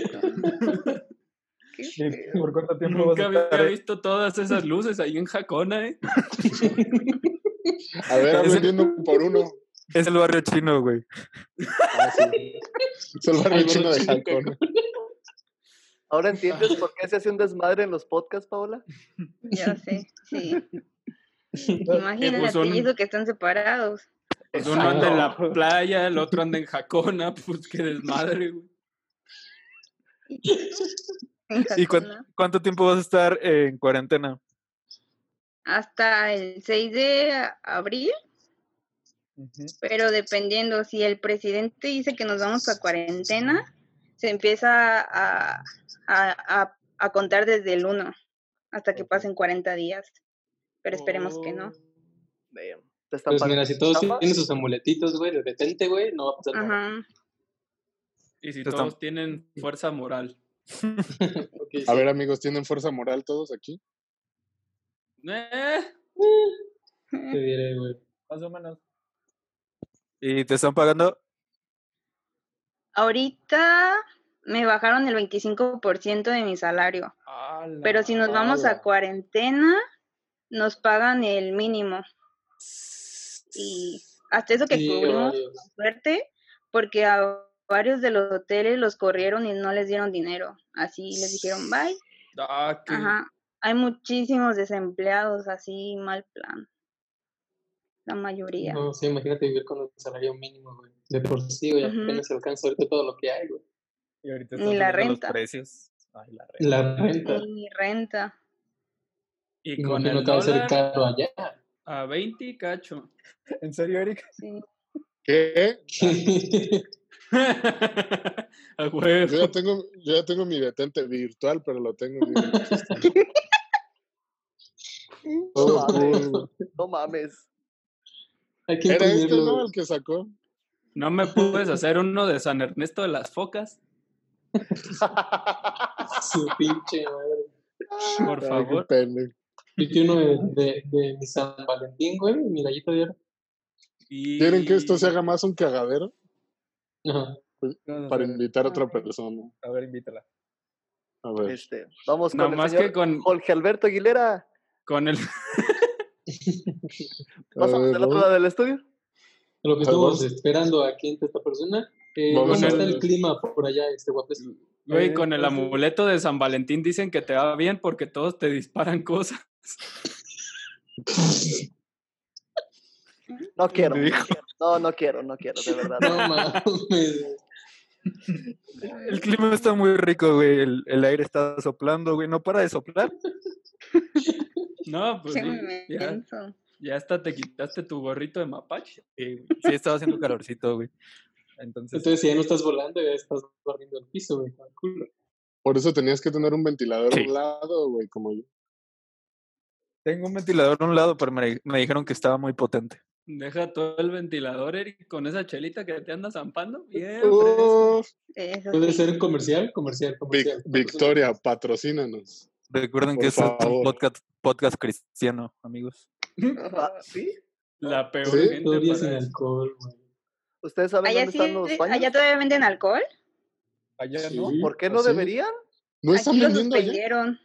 Speaker 4: qué
Speaker 6: que
Speaker 4: feo.
Speaker 6: por cuánto tiempo
Speaker 9: Nunca
Speaker 6: vas a
Speaker 9: había
Speaker 6: estar.
Speaker 9: visto todas esas luces ahí en Jacona, ¿eh?
Speaker 7: A ver,
Speaker 6: Parece-
Speaker 7: vendiendo por uno.
Speaker 6: Es el barrio chino, güey.
Speaker 7: Ah, sí. Es el barrio
Speaker 8: Ay,
Speaker 7: chino de
Speaker 8: chino,
Speaker 7: Jacona.
Speaker 2: Ahora entiendes por qué se hace un desmadre en los podcasts, Paola.
Speaker 4: Ya sé, sí.
Speaker 9: pues
Speaker 4: Imagínate,
Speaker 9: son-
Speaker 4: y eso que están separados.
Speaker 9: Pues uno anda en la playa, el otro anda en Jacona, pues qué desmadre, güey.
Speaker 4: en
Speaker 6: ¿Y cuán-
Speaker 4: Jacona.
Speaker 6: cuánto tiempo vas a estar en cuarentena?
Speaker 4: Hasta el 6 de a- abril, pero dependiendo, si el presidente dice que nos vamos a cuarentena, se empieza a, a, a- a contar desde el 1 hasta que pasen 40 días. Pero esperemos que no.
Speaker 2: Damn. Te están
Speaker 8: Pues
Speaker 2: pagando
Speaker 8: mira, si todos
Speaker 2: chamba.
Speaker 8: tienen sus amuletitos, güey, de repente, güey, no va a pasar nada.
Speaker 4: Ajá.
Speaker 9: Y si
Speaker 6: Entonces,
Speaker 9: todos tienen fuerza moral.
Speaker 8: Ok,
Speaker 7: A
Speaker 8: sí.
Speaker 7: ver, amigos, ¿tienen fuerza moral todos aquí?
Speaker 9: Eh,
Speaker 8: Te diré, güey.
Speaker 6: Más o menos. ¿Y te están pagando?
Speaker 4: Ahorita me bajaron el 25% de mi salario,
Speaker 9: a la
Speaker 4: pero si nos vamos a
Speaker 7: ala.
Speaker 4: cuarentena, nos pagan el mínimo. Y hasta eso que
Speaker 8: Sí,
Speaker 4: cubrimos
Speaker 8: vale.
Speaker 4: con suerte, porque a varios de los hoteles los corrieron y no les dieron dinero. Así les dijeron, bye.
Speaker 9: Ah, qué-
Speaker 4: Ajá. Hay muchísimos desempleados, así mal plan. La mayoría.
Speaker 8: No, sí, imagínate vivir con un salario mínimo, güey. De por sí, güey,
Speaker 4: Ujú.
Speaker 8: apenas se alcanza ahorita todo lo que hay, güey.
Speaker 6: Y ahorita
Speaker 4: Ni
Speaker 6: están
Speaker 4: la
Speaker 6: subiendo
Speaker 4: renta.
Speaker 6: Los precios. Ay, la renta.
Speaker 8: La renta.
Speaker 4: Ni renta.
Speaker 9: Y con
Speaker 8: Imagino
Speaker 9: el
Speaker 8: que va a ser
Speaker 9: dólar
Speaker 8: caro allá.
Speaker 9: a 20 y cacho.
Speaker 6: ¿En serio, Eric?
Speaker 4: Sí.
Speaker 7: ¿Qué?
Speaker 9: a
Speaker 7: Yo ya
Speaker 9: huevo.
Speaker 7: tengo, yo ya tengo mi detente virtual, pero lo tengo. mira.
Speaker 2: No
Speaker 7: Todo cool, güey.
Speaker 2: mames. No mames.
Speaker 8: Hay que
Speaker 7: Era este,
Speaker 8: imprimirlo,
Speaker 7: ¿no?
Speaker 8: güey.
Speaker 7: El que sacó.
Speaker 9: ¿No me puedes hacer uno de San Ernesto de las Focas?
Speaker 8: Su pinche madre.
Speaker 9: Por
Speaker 7: Ay, qué
Speaker 9: favor.
Speaker 7: pendejo.
Speaker 8: Yo quiero uno de, de, de mi San Valentín, güey, mi gallito de oro.
Speaker 9: Y...
Speaker 7: ¿Quieren que esto se haga más un cagadero?
Speaker 8: Ajá.
Speaker 6: No, no,
Speaker 7: para
Speaker 6: no,
Speaker 7: invitar a otra persona.
Speaker 6: A ver, invítala.
Speaker 7: A ver.
Speaker 2: Este, vamos con
Speaker 9: No
Speaker 2: el
Speaker 9: más
Speaker 2: señor
Speaker 9: que con,
Speaker 2: Jorge Alberto Aguilera.
Speaker 9: con el.
Speaker 7: a
Speaker 2: Pasamos
Speaker 7: ver,
Speaker 2: del otro lado
Speaker 7: vamos.
Speaker 2: del estudio.
Speaker 8: Lo
Speaker 7: A ver,
Speaker 8: que estamos
Speaker 7: vamos.
Speaker 8: esperando aquí entre esta persona. Eh, ¿Cómo
Speaker 7: Vamos
Speaker 9: a
Speaker 8: está
Speaker 9: ver.
Speaker 8: el clima por allá, este guapes?
Speaker 9: Güey,
Speaker 6: Eh,
Speaker 9: con el
Speaker 6: parece-
Speaker 9: amuleto de San Valentín dicen que te va bien porque todos te disparan cosas.
Speaker 2: No quiero.
Speaker 7: Me dijo.
Speaker 2: No, no quiero, no quiero, de verdad.
Speaker 8: No mames.
Speaker 4: Eh.
Speaker 5: El clima está muy rico, güey. El, el aire está soplando, güey. No para de soplar.
Speaker 9: No, pues
Speaker 4: Qué
Speaker 9: sí, ya,
Speaker 4: menso.
Speaker 9: ya hasta te quitaste tu gorrito de mapache. Eh,
Speaker 5: Sí, güey. sí, estaba haciendo calorcito, güey. Entonces,
Speaker 8: Entonces, si ya no estás volando, ya estás barriendo el piso, güey. con el culo.
Speaker 7: Por eso tenías que tener un ventilador
Speaker 5: Sí.
Speaker 7: a un lado, güey, como yo.
Speaker 5: tengo un ventilador a un lado, pero me, me dijeron que estaba muy potente.
Speaker 9: Deja todo el ventilador, Eric, con esa chelita que te anda zampando. Bien,
Speaker 6: Uh,
Speaker 9: fresco.
Speaker 7: Uf,
Speaker 4: Eso
Speaker 8: Puede
Speaker 4: sí.
Speaker 8: ser comercial, comercial, comercial.
Speaker 7: Vic- Victoria, patrocínanos.
Speaker 5: Recuerden
Speaker 7: Por
Speaker 5: que este es un
Speaker 7: favor.
Speaker 5: podcast, podcast cristiano, amigos.
Speaker 2: Ah, ¿Sí?
Speaker 9: La peor
Speaker 7: Sí,
Speaker 9: gente
Speaker 8: Todo día
Speaker 9: para
Speaker 8: sin
Speaker 9: eso.
Speaker 8: alcohol, güey.
Speaker 2: ¿Ustedes saben
Speaker 4: Allá
Speaker 2: dónde
Speaker 4: sí,
Speaker 2: están los baños?
Speaker 4: allá todavía venden alcohol.
Speaker 6: Allá
Speaker 7: Sí.
Speaker 6: no.
Speaker 2: ¿Por qué no
Speaker 7: Así.
Speaker 2: deberían?
Speaker 7: ¿No están
Speaker 4: Aquí lo
Speaker 7: vendiendo allá?
Speaker 4: suspendieron.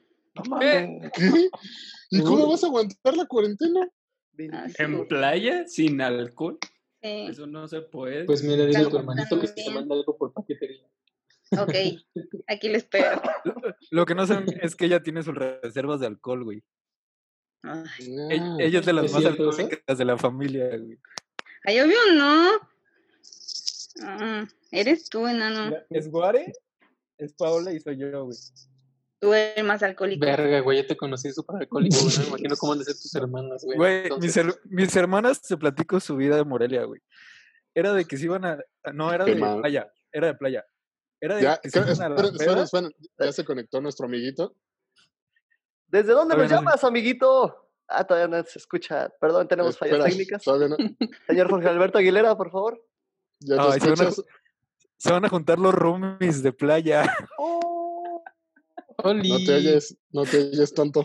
Speaker 7: ¿Qué? ¿Y
Speaker 8: No.
Speaker 7: cómo vas a aguantar la cuarentena?
Speaker 4: Así.
Speaker 9: En playa, sin alcohol.
Speaker 4: Sí.
Speaker 9: Eso no se puede.
Speaker 8: Pues mira, dile a tu
Speaker 4: Claro,
Speaker 8: hermanito que te
Speaker 4: también.
Speaker 8: manda algo por paquetería.
Speaker 4: Ok, aquí lo espero.
Speaker 5: Lo que no saben es que ella tiene sus reservas de alcohol, güey.
Speaker 4: Ah,
Speaker 5: Ella,
Speaker 7: Ah,
Speaker 5: ella es de las
Speaker 8: ¿es
Speaker 5: más
Speaker 8: cierto ¿eh? eso?
Speaker 5: alcohólicas de la familia, güey.
Speaker 4: Ay, obvio no. Ah, eres tú, enano.
Speaker 6: Mira, Es Guare, es Paola y soy yo, güey.
Speaker 4: Tú eres el más alcohólico.
Speaker 8: Verga, güey, yo te conocí súper alcohólico, güey. No me imagino cómo han de ser tus hermanas, güey.
Speaker 5: Güey, mis,
Speaker 8: Entonces,
Speaker 5: her- mis hermanas te platico su vida de Morelia, güey. Era de que se iban a. a- No, era
Speaker 7: Qué
Speaker 5: de
Speaker 7: mal.
Speaker 5: playa. Era de playa. Era de
Speaker 7: Ya,
Speaker 5: que se
Speaker 7: espera,
Speaker 5: iban a la
Speaker 7: espera,
Speaker 5: peda.
Speaker 7: espera, Ya se conectó nuestro amiguito.
Speaker 2: ¿Desde dónde nos
Speaker 5: Todavía no sé.
Speaker 2: llamas, amiguito? Ah, todavía no se escucha. Perdón, tenemos fallas
Speaker 7: Espera,
Speaker 2: técnicas.
Speaker 7: todavía no.
Speaker 2: Señor Jorge Alberto Aguilera, por favor.
Speaker 7: ¿Ya te
Speaker 5: Ay, se van a-
Speaker 7: escuchas?
Speaker 5: Se van a juntar los roomies de playa.
Speaker 8: Oli.
Speaker 7: No te oyes, no te oyes tanto.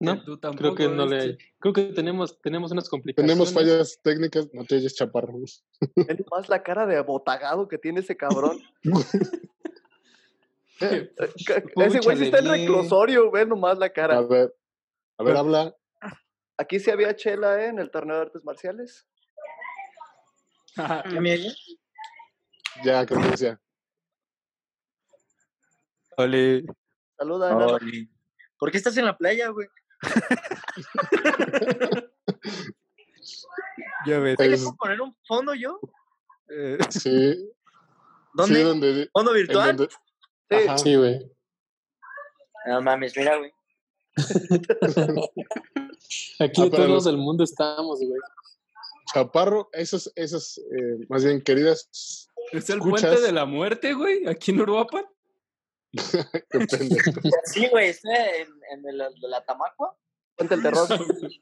Speaker 8: No,
Speaker 9: Que tú
Speaker 8: creo
Speaker 9: tampoco.
Speaker 8: que no le
Speaker 9: este.
Speaker 8: hay. Creo que tenemos, tenemos unas complicaciones.
Speaker 7: Tenemos fallas técnicas, no te oyes chaparro.
Speaker 2: Ven más la cara de abotagado que tiene ese cabrón. Eh, eh, ca- ese güey sí está en
Speaker 8: Púchale bien.
Speaker 2: reclusorio, ve nomás la
Speaker 7: A
Speaker 2: cara.
Speaker 7: ver, a ver, habla.
Speaker 2: Aquí sí había chela ¿eh? en el torneo de artes marciales.
Speaker 4: Mm.
Speaker 7: Ya, Constancia.
Speaker 5: Ole.
Speaker 2: Saluda,
Speaker 10: Ah,
Speaker 2: enano.
Speaker 10: ¿Por qué estás en la playa, güey?
Speaker 5: Ya ves.
Speaker 10: Oye, ¿Le
Speaker 7: Es-
Speaker 10: puedo poner un fondo yo?
Speaker 5: eh,
Speaker 7: Sí,
Speaker 10: ¿Dónde?
Speaker 7: sí, donde,
Speaker 10: ¿Fondo
Speaker 7: en
Speaker 10: virtual?
Speaker 7: donde-
Speaker 2: Sí,
Speaker 7: ajá.
Speaker 8: Sí, güey.
Speaker 10: No mames, mira, güey.
Speaker 8: Aquí
Speaker 4: Mm.
Speaker 7: Ah, para
Speaker 8: de todos lados
Speaker 7: los-
Speaker 8: del mundo estamos, güey.
Speaker 7: Chaparro, esos, esos, eh, más bien, queridas,
Speaker 9: Es el puente
Speaker 7: ¿Escuchas?
Speaker 9: de la muerte, güey, aquí en Uruapan.
Speaker 7: depende.
Speaker 10: Sí, güey, estoy en, en el, de la Tamacua.
Speaker 2: ponte el terror.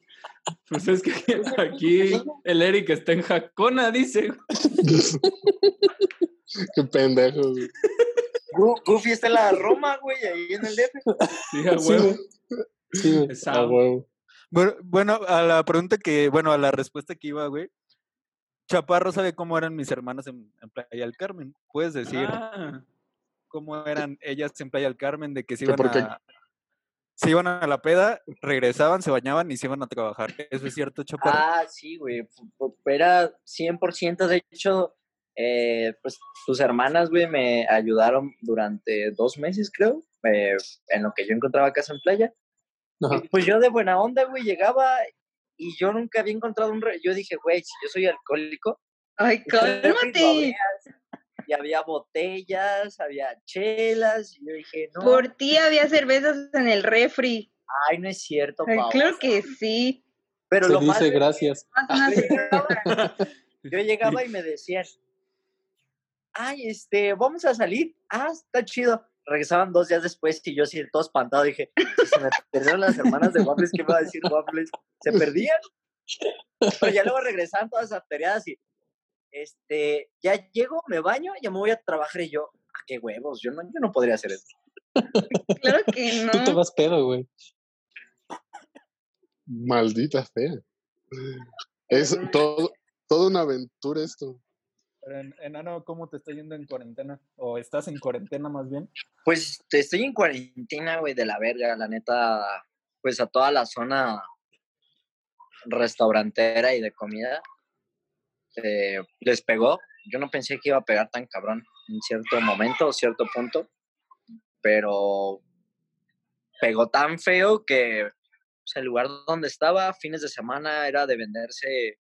Speaker 9: Pues es que aquí el Eric está en Jacona, dice. güey.
Speaker 7: Qué pendejo. güey.
Speaker 10: Gu- Goofy está en la Roma, güey, ahí en el DF.
Speaker 9: Sí, a
Speaker 8: Sí,
Speaker 9: huevo.
Speaker 7: Ah,
Speaker 8: güey. Sí, güey.
Speaker 9: pesado.
Speaker 7: A huevo.
Speaker 5: Bueno, bueno, a la pregunta que. Bueno, a la respuesta que iba, güey. Chaparro sabe cómo eran mis hermanas en, en Playa del Carmen. Puedes decir
Speaker 9: Ah,
Speaker 5: cómo eran ellas en Playa del Carmen, de que se
Speaker 7: ¿Que
Speaker 5: iban
Speaker 7: por qué?
Speaker 5: a. Se iban a la peda, regresaban, se bañaban y se iban a trabajar. Eso es cierto, Chaparro.
Speaker 10: Ah, sí, güey. fu- fu- Era 100%. De hecho, eh, pues tus hermanas, güey, me ayudaron durante dos meses, creo, eh, en lo que yo encontraba casa en playa.
Speaker 8: Ajá.
Speaker 10: Y, pues yo de buena onda, güey, llegaba y yo nunca había encontrado un... re- Yo dije, güey, si yo soy alcohólico...
Speaker 4: Ay,
Speaker 10: este refri lo
Speaker 4: cálmate.
Speaker 10: abrías, Y había botellas, había chelas, y yo dije, no,
Speaker 4: Por ti había cervezas en el refri.
Speaker 10: ay, no es cierto,
Speaker 4: Ay,
Speaker 10: Pau.
Speaker 4: claro que sí.
Speaker 10: Pero
Speaker 8: Se
Speaker 10: lo más
Speaker 8: dice gracias.
Speaker 4: Más
Speaker 10: Yo
Speaker 4: una cerveza.
Speaker 10: llegaba- Yo llegaba y me decían, ay, este, vamos a salir. Ah, está chido. Regresaban dos días después y yo así todo espantado dije, "Si se me perdieron las hermanas de Waffles, ¿qué me va a decir Waffles? ¿Se perdían? Pero ya luego regresaban todas afteriadas y, este, ya llego, me baño, ya me voy a trabajar y yo, ah, qué huevos, yo no, yo no podría hacer eso.
Speaker 4: Claro que
Speaker 8: Tú te
Speaker 4: no.
Speaker 8: vas pedo, güey.
Speaker 7: Maldita sea. Es todo, Toda una aventura esto.
Speaker 11: Pero en- enano, ¿cómo te está yendo en cuarentena? ¿O estás en cuarentena más bien?
Speaker 5: Pues te estoy en cuarentena, güey, de la verga, la neta, pues a toda la zona restaurantera y de comida eh, les pegó. Yo no pensé que iba a pegar tan cabrón en cierto momento, o cierto punto, pero pegó tan feo que pues, el lugar donde estaba fines de semana era de venderse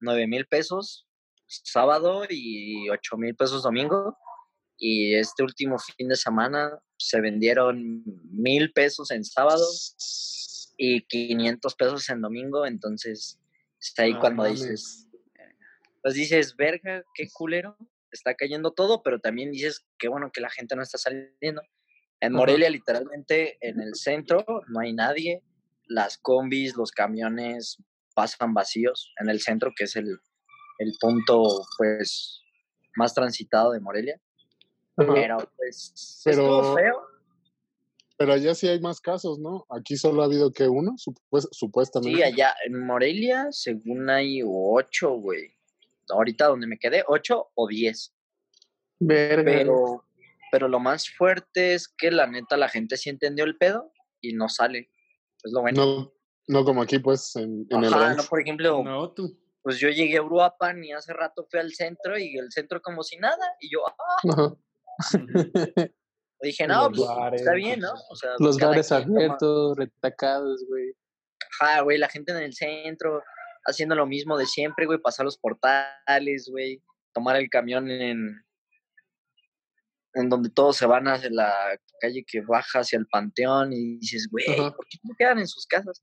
Speaker 5: 9 mil pesos sábado y 8 mil pesos domingo y este último fin de semana se vendieron mil pesos en sábado y 500 pesos en domingo, entonces está ahí
Speaker 7: No
Speaker 5: cuando
Speaker 7: mames.
Speaker 5: dices, pues dices, verga, qué culero, está cayendo todo, pero también dices, qué bueno que la gente no está saliendo. En
Speaker 9: Ajá.
Speaker 5: Morelia, literalmente, en el centro no hay nadie, las combis, los camiones pasan vacíos en el centro, que es el, el punto, pues, más transitado de Morelia. Pero pues
Speaker 7: Pero-
Speaker 5: estuvo feo.
Speaker 7: Pero allá sí hay más casos, ¿no? Aquí solo ha habido que uno, Supues- supuestamente.
Speaker 5: Sí, allá en Morelia, según hay ocho, güey. Ahorita donde me quedé, ocho o diez.
Speaker 2: Verga.
Speaker 5: Pero, pero lo más fuerte es que la neta la gente sí entendió el pedo y no sale. Es lo bueno.
Speaker 7: No, no como aquí, pues, en, en el
Speaker 5: Ajá,
Speaker 7: rancho.
Speaker 5: no, por ejemplo,
Speaker 9: No, tú.
Speaker 5: pues yo llegué a Uruapan y hace rato fui al centro y el centro como si nada. Y yo ah,
Speaker 7: Ajá.
Speaker 5: dije, no,
Speaker 11: Los
Speaker 5: pues,
Speaker 11: bares,
Speaker 5: está bien, ¿no? O sea,
Speaker 8: Los
Speaker 5: cada
Speaker 8: bares
Speaker 5: quien toma-
Speaker 8: abiertos, retacados, güey.
Speaker 5: Ajá, güey, la gente en el centro haciendo lo mismo de siempre, güey, pasar los portales, güey, tomar el camión en en donde todos se van hacia la calle que baja hacia el panteón y dices, güey,
Speaker 7: Ajá.
Speaker 5: ¿por qué eh, no quedan en sus casas?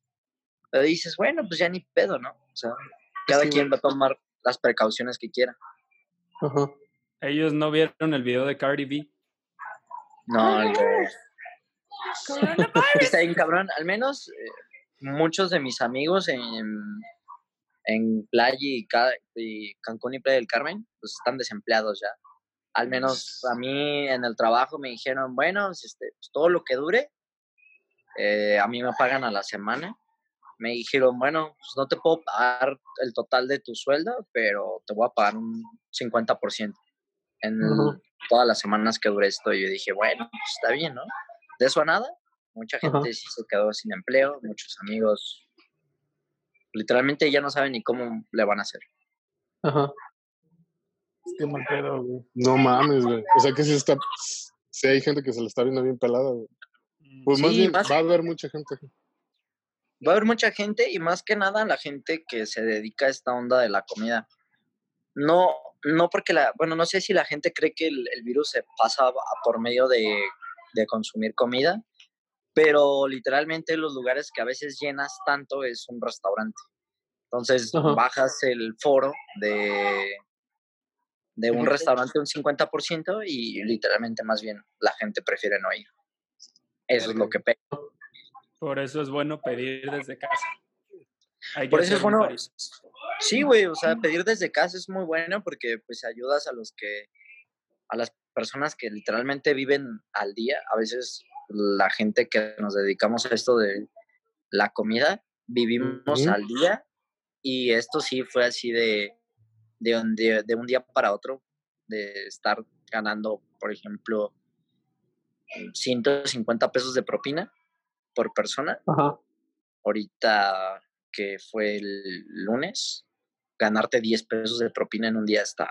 Speaker 5: Pero dices, bueno, pues ya ni pedo, ¿no? O sea, cada
Speaker 7: Sí,
Speaker 5: quien va a tomar las precauciones que quiera.
Speaker 7: Ajá.
Speaker 9: Ellos no vieron el video de Cardi B.
Speaker 5: No, el de- Está bien, cabrón. Al menos eh, muchos de mis amigos en, en Playa y, Ca- y Cancún y Playa del Carmen, pues están desempleados ya. Al menos a mí en el trabajo me dijeron, bueno, pues, este, pues, todo lo que dure, eh, a mí me pagan a la semana. Me dijeron, bueno, pues no te puedo pagar el total de tu sueldo, pero te voy a pagar un 50% en
Speaker 7: Ujú.
Speaker 5: todas las semanas que dure esto. Y yo dije, bueno, pues está bien, ¿no? De eso a nada, mucha gente sí se quedó sin empleo, muchos amigos literalmente ya no saben ni cómo le van a hacer.
Speaker 8: Ajá.
Speaker 12: Qué mal pedo, güey.
Speaker 7: No mames, güey. O sea que sí está. Sí, hay gente que se le está viendo bien pelada, güey. Pues más
Speaker 5: Mm, Sí,
Speaker 7: bien,
Speaker 5: más-
Speaker 7: va a haber mucha gente.
Speaker 5: Va a haber mucha gente y más que nada la gente que se dedica a esta onda de la comida. No, no porque la, bueno, no sé si la gente cree que el, el virus se pasa a- por medio de, de consumir comida, pero literalmente los lugares que a veces llenas tanto es un restaurante. Entonces
Speaker 8: Ajá.
Speaker 5: bajas el foro de, de un restaurante un 50% y literalmente más bien la gente prefiere no ir. Eso es lo que pega.
Speaker 9: Por eso es bueno pedir desde casa. Hay que
Speaker 5: Por eso es
Speaker 9: hacer un
Speaker 5: bueno.
Speaker 9: pari-
Speaker 5: Sí, güey, o sea, pedir desde casa es muy bueno porque pues ayudas a los que, a las personas que literalmente viven al día. A veces la gente que nos dedicamos a esto de la comida, vivimos
Speaker 7: Ujú.
Speaker 5: al día y esto sí fue así de, de, un día, de un día para otro, de estar ganando, por ejemplo, 150 pesos de propina por persona
Speaker 8: Ajá.
Speaker 5: ahorita que fue el lunes, ganarte 10 pesos de propina en un día está,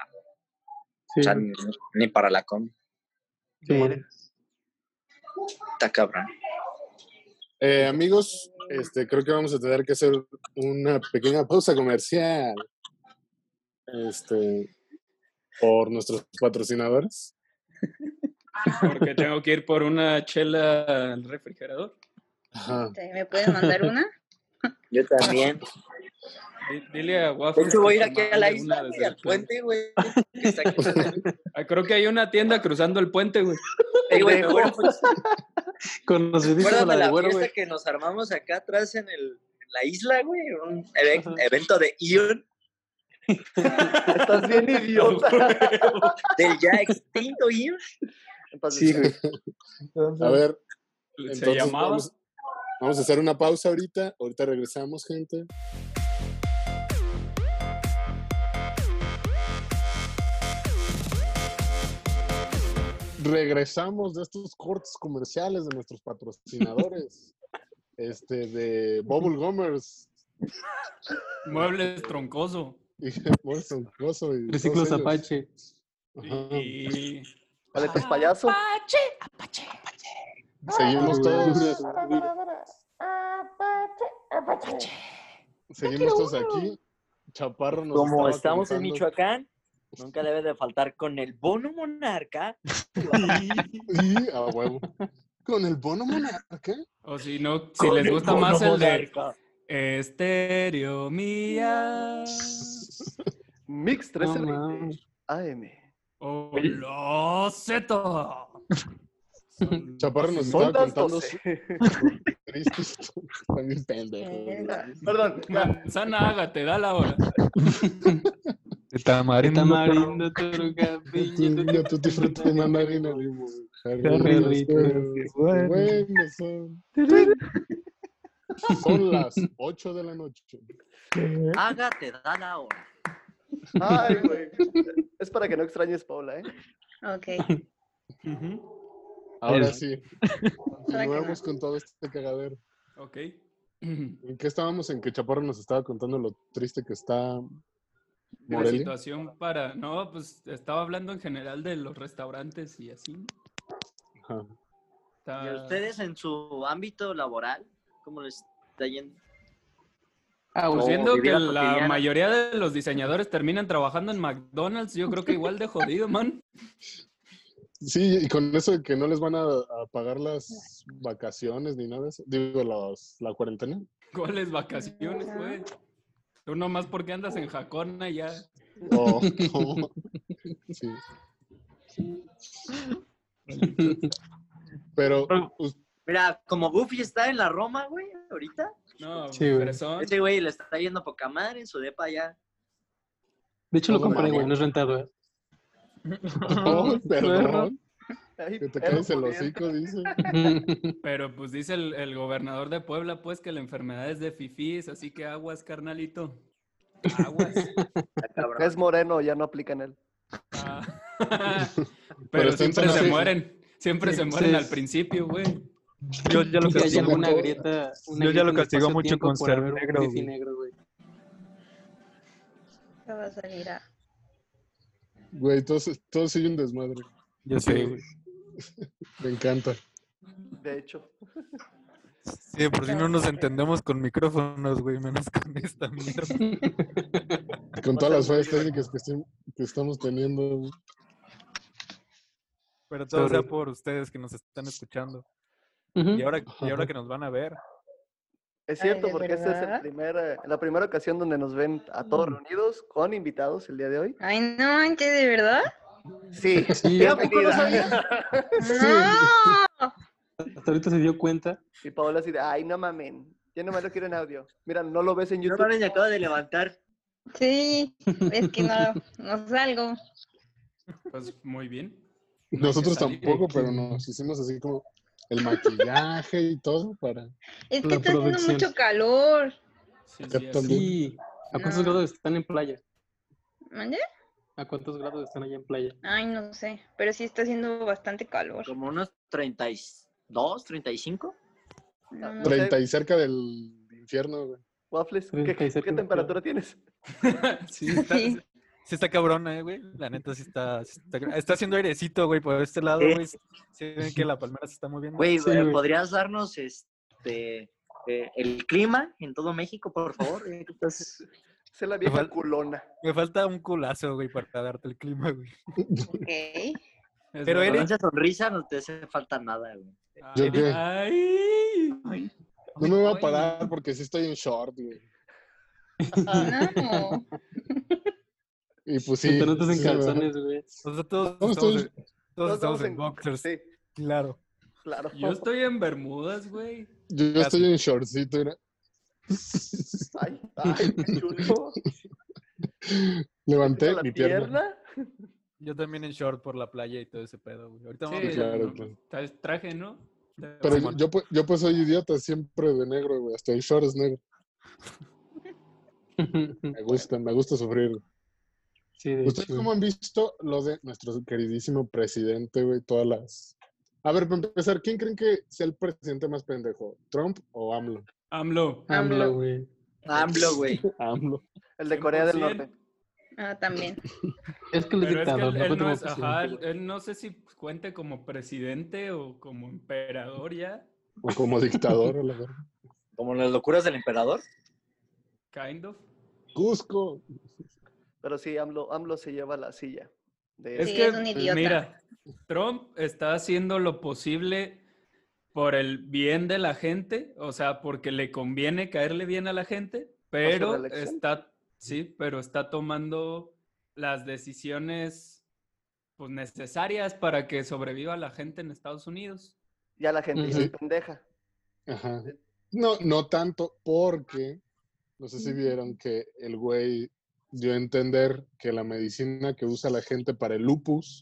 Speaker 8: Sí.
Speaker 5: o sea, ni, ni para la comida,
Speaker 8: sí.
Speaker 5: está cabrón.
Speaker 7: Eh, amigos, este, creo que vamos a tener que hacer una pequeña pausa comercial. Este, por nuestros patrocinadores.
Speaker 9: Porque tengo que ir por una chela al refrigerador.
Speaker 7: Ajá.
Speaker 13: ¿Me pueden mandar una?
Speaker 5: Yo también.
Speaker 9: Di- Dile a
Speaker 5: De
Speaker 9: Waffles.
Speaker 5: hecho, voy a ir
Speaker 9: que
Speaker 5: aquí
Speaker 9: te
Speaker 5: a la
Speaker 9: mande una
Speaker 5: isla, güey,
Speaker 9: desde
Speaker 5: al
Speaker 9: el
Speaker 5: puente, güey. que está aquí.
Speaker 9: Ah, Creo que hay una tienda cruzando el puente, güey.
Speaker 5: Ey, güey, güey,
Speaker 10: pues,
Speaker 8: Con los vidrios de la
Speaker 5: Acuérdate
Speaker 8: del
Speaker 5: la
Speaker 8: güero,
Speaker 5: fiesta
Speaker 8: güey.
Speaker 5: que nos armamos acá atrás en, el, en la isla, güey. Un even- evento de Ion,
Speaker 2: Estás bien idiota.
Speaker 5: del ya extinto Ion.
Speaker 2: Entonces,
Speaker 7: A ver,
Speaker 9: Se
Speaker 7: entonces
Speaker 9: llamaba.
Speaker 7: vamos, vamos a hacer una pausa ahorita. Ahorita regresamos, gente. regresamos de estos cortes comerciales de nuestros patrocinadores, este, de Bubble Gomers.
Speaker 9: Muebles troncoso.
Speaker 7: Y Wilson Coso y
Speaker 14: Reciclos
Speaker 7: todos ellos.
Speaker 14: Apache.
Speaker 9: Y...
Speaker 2: Paletas payaso.
Speaker 7: Seguimos todos, seguimos todos aquí. Chaparro nos
Speaker 10: Como
Speaker 7: estaba
Speaker 10: estamos en
Speaker 7: contando-
Speaker 10: Michoacán, nunca debe de faltar con el bono monarca.
Speaker 7: Y a huevo. Con el bono monarca.
Speaker 9: O si no, si les gusta más el de Estéreo Mía.
Speaker 2: Mix
Speaker 14: No
Speaker 2: 1320
Speaker 14: mames.
Speaker 2: AM.
Speaker 9: O lo seto. Son
Speaker 7: Chaparro nos
Speaker 9: los-
Speaker 7: estaba
Speaker 2: Son las
Speaker 7: contando
Speaker 2: 12.
Speaker 7: tristes. También pendejo. güey.
Speaker 2: Ah, Perdón.
Speaker 9: Manzana ágate, da la hora.
Speaker 5: De tamarindo.
Speaker 14: Tamarindo, toruca, piña,
Speaker 7: Yo tú disfrutas de mandarina, limo. Jardines,
Speaker 14: rico,
Speaker 7: qué
Speaker 14: bueno.
Speaker 7: buenos son. Son las 8 de la noche.
Speaker 10: Hágate, da la hora.
Speaker 2: Ay, güey. Es para que no extrañes Paula, ¿eh?
Speaker 4: Ok.
Speaker 9: Ujú,
Speaker 7: Ahora
Speaker 14: El-
Speaker 7: sí,
Speaker 4: Para que no.
Speaker 7: continuamos con todo este cagadero.
Speaker 9: Ok.
Speaker 7: ¿En qué estábamos? En que Chaparro nos estaba contando lo triste que está
Speaker 9: La
Speaker 7: Morelia.
Speaker 9: situación para. No, pues estaba hablando en general de los restaurantes y así.
Speaker 7: Ajá.
Speaker 10: ¿Y
Speaker 9: Está-
Speaker 10: a ustedes en su ámbito laboral? ¿Cómo les está yendo?
Speaker 14: Ah,
Speaker 9: Pues
Speaker 10: o
Speaker 9: viendo que
Speaker 10: vida
Speaker 9: la
Speaker 10: cotidiana.
Speaker 9: mayoría de los diseñadores terminan trabajando en McDonald's, yo creo que igual de jodido, man.
Speaker 7: Sí, y con eso de que no les van a, a pagar las vacaciones ni nada de eso. Digo, los, la cuarentena.
Speaker 9: ¿Cuáles vacaciones, güey? Tú nomás porque andas en Jacona y ya.
Speaker 7: O- o- sí. Pero pues, us-
Speaker 10: Mira, como Goofy está en la Roma, güey, ahorita.
Speaker 9: No,
Speaker 14: Sí, güey.
Speaker 9: fresón.
Speaker 10: Ese güey le está yendo poca madre en su depa ya.
Speaker 14: De hecho, lo
Speaker 7: Todo
Speaker 14: compré, güey,
Speaker 7: mamón.
Speaker 14: no es rentado, ¿eh? güey.
Speaker 7: oh, perdón,
Speaker 2: Ay,
Speaker 7: que te
Speaker 2: perro
Speaker 7: caes el
Speaker 2: pudiente.
Speaker 7: hocico, dice.
Speaker 9: Pero pues dice el, el gobernador de Puebla, pues, que la enfermedad es de fifís, así que aguas, carnalito. Aguas.
Speaker 10: Está cabrón.
Speaker 2: Es moreno, ya no aplican él.
Speaker 9: Ah.
Speaker 7: Pero
Speaker 9: Pero
Speaker 7: está en
Speaker 9: siempre
Speaker 7: zona
Speaker 9: se
Speaker 7: roja.
Speaker 9: mueren. Siempre
Speaker 14: Sí,
Speaker 9: se mueren
Speaker 14: sí.
Speaker 9: al principio, güey.
Speaker 5: Yo ya lo
Speaker 14: Y hay
Speaker 5: castigo
Speaker 14: alguna
Speaker 5: mucho.
Speaker 14: grieta. Una
Speaker 5: Yo
Speaker 14: grieta
Speaker 5: ya lo
Speaker 14: en el
Speaker 5: castigo mucho
Speaker 14: espacio-tiempo
Speaker 5: con
Speaker 14: por
Speaker 5: ser
Speaker 14: haber un
Speaker 5: negro,
Speaker 14: wifi
Speaker 5: güey.
Speaker 14: negro, güey.
Speaker 4: Te va a salir a...
Speaker 7: Güey, todo, se- todo sigue un desmadre.
Speaker 5: Yo sé, güey.
Speaker 7: Me encanta.
Speaker 2: De hecho.
Speaker 5: Sí, por si no nos entendemos con micrófonos, güey, menos con esta mierda.
Speaker 7: Con
Speaker 2: Va a
Speaker 7: todas las
Speaker 2: ser
Speaker 7: fallas
Speaker 2: muy
Speaker 7: técnicas que, estoy- que estamos teniendo. güey.
Speaker 5: Pero todo sea
Speaker 14: Sorry.
Speaker 5: por ustedes que nos están escuchando.
Speaker 14: Ujú.
Speaker 5: Y ahora, y ahora que nos van a ver.
Speaker 2: Es
Speaker 4: Ay,
Speaker 2: cierto,
Speaker 4: ¿de
Speaker 2: porque esta es el
Speaker 4: verdad?
Speaker 2: primer, eh, la primera ocasión donde nos ven a todos
Speaker 14: Mm.
Speaker 2: reunidos con invitados el día de hoy.
Speaker 4: Ay, no manches, ¿de verdad?
Speaker 2: Sí,
Speaker 14: Sí,
Speaker 2: bienvenida.
Speaker 14: ¿a poco no sabías?
Speaker 4: ¡No!
Speaker 14: Hasta ahorita se dio cuenta.
Speaker 2: Y Paola así de, ay, no mamen. Yo nomás lo quiero en audio. Mira, no lo ves en
Speaker 10: Yo
Speaker 2: YouTube.
Speaker 10: también me acabo de levantar.
Speaker 4: Sí, es que no, no salgo.
Speaker 9: Pues muy bien. No hay que
Speaker 7: Nosotros
Speaker 9: salir.
Speaker 7: tampoco, pero nos hicimos así como el maquillaje y todo para.
Speaker 4: Es que
Speaker 14: La
Speaker 4: está haciendo
Speaker 14: producción.
Speaker 4: mucho calor.
Speaker 9: Sí,
Speaker 7: Yo
Speaker 9: sí, es-
Speaker 7: también.
Speaker 14: Sí. ¿A cuántos
Speaker 4: No.
Speaker 14: grados están en playa?
Speaker 4: Ah. ¿Mande? Ah.
Speaker 14: ¿A cuántos grados están allá en playa?
Speaker 4: Ay, no sé, pero sí está haciendo bastante calor.
Speaker 10: Como unos 32, 35.
Speaker 4: No, no.
Speaker 2: Tre-
Speaker 7: 30 y cerca del infierno, güey.
Speaker 2: Waffles, ¿qué,
Speaker 14: 36
Speaker 2: qué temperatura tienes?
Speaker 5: Sí, está,
Speaker 4: Sí.
Speaker 5: sí está cabrona, eh, güey. La neta sí está, sí está. está haciendo airecito, güey, por este lado,
Speaker 10: Sí.
Speaker 5: güey. Se ven que la palmera se está moviendo.
Speaker 10: Güey,
Speaker 14: Sí,
Speaker 10: eh,
Speaker 14: güey.
Speaker 10: ¿podrías darnos este eh, el clima en todo México, por favor? Eh, que estás-
Speaker 2: Sé la vieja
Speaker 5: fal-
Speaker 2: culona.
Speaker 5: Me falta un culazo, güey, para darte el clima, güey.
Speaker 4: Ok.
Speaker 9: es
Speaker 10: Con
Speaker 5: Pero
Speaker 9: verdad.
Speaker 5: eres-
Speaker 10: esa sonrisa no te hace falta nada, güey.
Speaker 7: ¿Yo qué?
Speaker 9: Ay.
Speaker 7: No me voy a parar porque sí estoy en short, güey.
Speaker 4: No.
Speaker 7: Y pues sí.
Speaker 14: Sí, te notas en
Speaker 7: sí se me va.
Speaker 14: calzones, güey.
Speaker 5: O sea, todos
Speaker 7: Todos
Speaker 5: estamos,
Speaker 7: estoy-
Speaker 5: en, todos estamos en boxers,
Speaker 2: Sí,
Speaker 5: claro.
Speaker 2: claro.
Speaker 9: Yo estoy en Bermudas, güey.
Speaker 7: Yo ya estoy en shortcito, mira.
Speaker 2: Ay, ay, qué chulo.
Speaker 7: Levanté
Speaker 2: la
Speaker 7: mi pierna.
Speaker 2: pierna.
Speaker 5: Yo también en short por la playa y todo ese pedo, güey. Ahorita vamos
Speaker 9: Sí,
Speaker 5: a
Speaker 7: claro,
Speaker 9: no,
Speaker 7: claro.
Speaker 9: tra- traje, ¿no? De-
Speaker 7: Pero
Speaker 5: Simón.
Speaker 7: yo, pues- yo pues soy idiota, siempre de negro, güey. Hasta el short es negro. Me gusta, me gusta sufrir.
Speaker 8: Sí,
Speaker 5: Pues
Speaker 8: de
Speaker 7: ¿Ustedes
Speaker 8: hecho.
Speaker 7: cómo han visto lo de nuestro queridísimo presidente, güey? Todas las. A ver, para empezar, ¿quién creen que sea el presidente más pendejo? ¿Trump o AMLO?
Speaker 9: AMLO.
Speaker 8: AMLO, güey.
Speaker 10: AMLO, güey.
Speaker 7: AMLO.
Speaker 2: El de Corea del
Speaker 9: 100%.
Speaker 2: Norte.
Speaker 15: Ah, también.
Speaker 8: Es que el
Speaker 9: Pero es que
Speaker 8: dictador
Speaker 9: él,
Speaker 8: no cuenta
Speaker 9: él no
Speaker 8: como
Speaker 9: es, ajá,
Speaker 8: presidente.
Speaker 9: él no sé si cuente como presidente o como emperador ya,
Speaker 7: ¿O como dictador? a la verga?
Speaker 10: Como las locuras del emperador.
Speaker 9: kind of.
Speaker 7: Cusco.
Speaker 2: Pero sí, AMLO, AMLO se lleva la silla. de-
Speaker 9: Es
Speaker 15: Sí,
Speaker 9: que, pues
Speaker 15: es un idiota.
Speaker 9: mira, Trump está haciendo lo posible por el bien de la gente, o sea, porque le conviene caerle bien a la gente, pero
Speaker 2: reelección.
Speaker 9: está, sí, pero está tomando las decisiones pues, necesarias para que sobreviva la gente en Estados Unidos.
Speaker 2: Ya la gente ya
Speaker 8: Ujú.
Speaker 2: es pendeja.
Speaker 7: Ajá. No, no tanto, porque no sé si vieron que el güey dio a entender que la medicina que usa la gente para el lupus,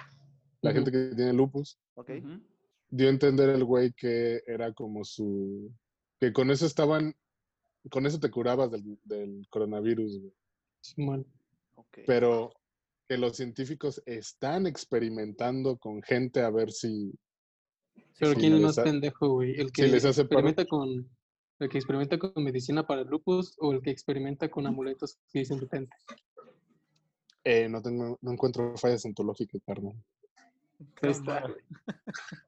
Speaker 7: la
Speaker 8: Ujú.
Speaker 7: gente que tiene lupus,
Speaker 2: ¿ok?
Speaker 9: Ujú.
Speaker 7: dio a entender el güey que era como su. que con eso estaban. con eso te curabas del, del coronavirus, güey.
Speaker 8: Simón.
Speaker 2: Ok.
Speaker 7: Pero que los científicos están experimentando con gente a ver si.
Speaker 8: Pero
Speaker 7: si
Speaker 8: quién es
Speaker 7: les
Speaker 8: más
Speaker 7: ha-
Speaker 8: pendejo, güey. El que
Speaker 7: les hace paro.
Speaker 8: experimenta con el que experimenta con medicina para el lupus o el que experimenta con amuletos que dicen detente.
Speaker 7: Eh, no, tengo, no encuentro fallas en tu lógica, carnal.
Speaker 8: Ahí está.
Speaker 9: Toma.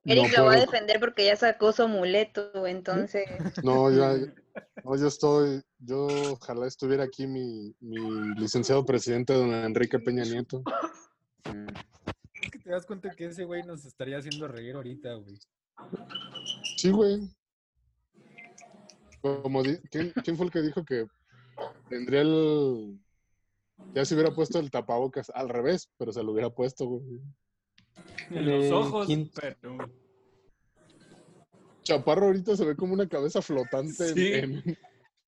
Speaker 15: Eric
Speaker 7: No
Speaker 15: lo va a
Speaker 7: puedo-
Speaker 15: defender porque ya sacó su amuleto, entonces.
Speaker 7: No, ya, no, yo estoy, yo ojalá estuviera aquí mi, mi licenciado presidente, don Enrique Peña Nieto.
Speaker 5: Es que te das cuenta que ese güey nos estaría haciendo reír ahorita, güey.
Speaker 7: Sí, güey. Como di- ¿quién, quién fue el que dijo que tendría el... Ya se hubiera puesto el tapabocas al revés, pero se lo hubiera puesto, güey.
Speaker 9: En los
Speaker 8: Eh,
Speaker 9: ojos,
Speaker 8: ¿quién?
Speaker 9: pero
Speaker 7: Chaparro ahorita se ve como una cabeza flotante en-
Speaker 9: Sí.
Speaker 7: en,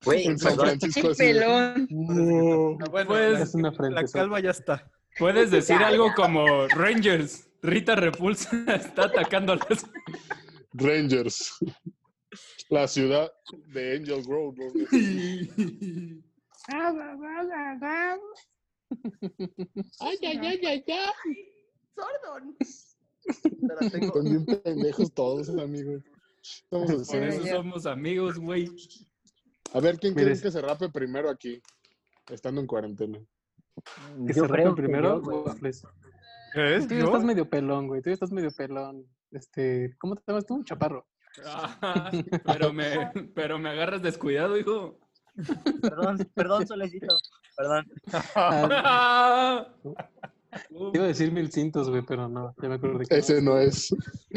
Speaker 10: Güey,
Speaker 7: en San
Speaker 10: perdón.
Speaker 7: Francisco.
Speaker 15: Qué
Speaker 7: así de, "Mm,
Speaker 15: pelón.
Speaker 7: "Wow".
Speaker 5: Bueno,
Speaker 9: Pues-
Speaker 8: Es una
Speaker 5: la
Speaker 8: frente.
Speaker 5: calva ya está.
Speaker 9: puedes decir algo como Rangers, Rita Repulsa está atacando a las...
Speaker 7: Rangers. La ciudad de Angel Grove. ¿no?
Speaker 15: Sordon.
Speaker 2: Pero tengo-
Speaker 7: Están bien pendejos todos, amigos. Estamos
Speaker 9: Por
Speaker 7: haciendo.
Speaker 9: eso somos amigos, güey.
Speaker 7: A ver, ¿quién
Speaker 8: Mire.
Speaker 7: quiere que se rape primero aquí? Estando en cuarentena.
Speaker 10: Yo
Speaker 8: Que se rapen
Speaker 10: creo que
Speaker 8: primero.
Speaker 10: yo, güey.
Speaker 8: waffles.
Speaker 5: ¿Es
Speaker 8: Tú ya estás medio pelón, güey. Tú ya estás medio pelón. Este, ¿cómo te llamas tú? Chaparro.
Speaker 9: Ah, pero, me, pero me agarras descuidado, hijo.
Speaker 10: Perdón, perdón, Solecito. Perdón.
Speaker 8: Ah,
Speaker 9: Ah.
Speaker 8: te iba a decir mil cintos, güey, pero no, ya me acuerdo que
Speaker 7: Ese no es.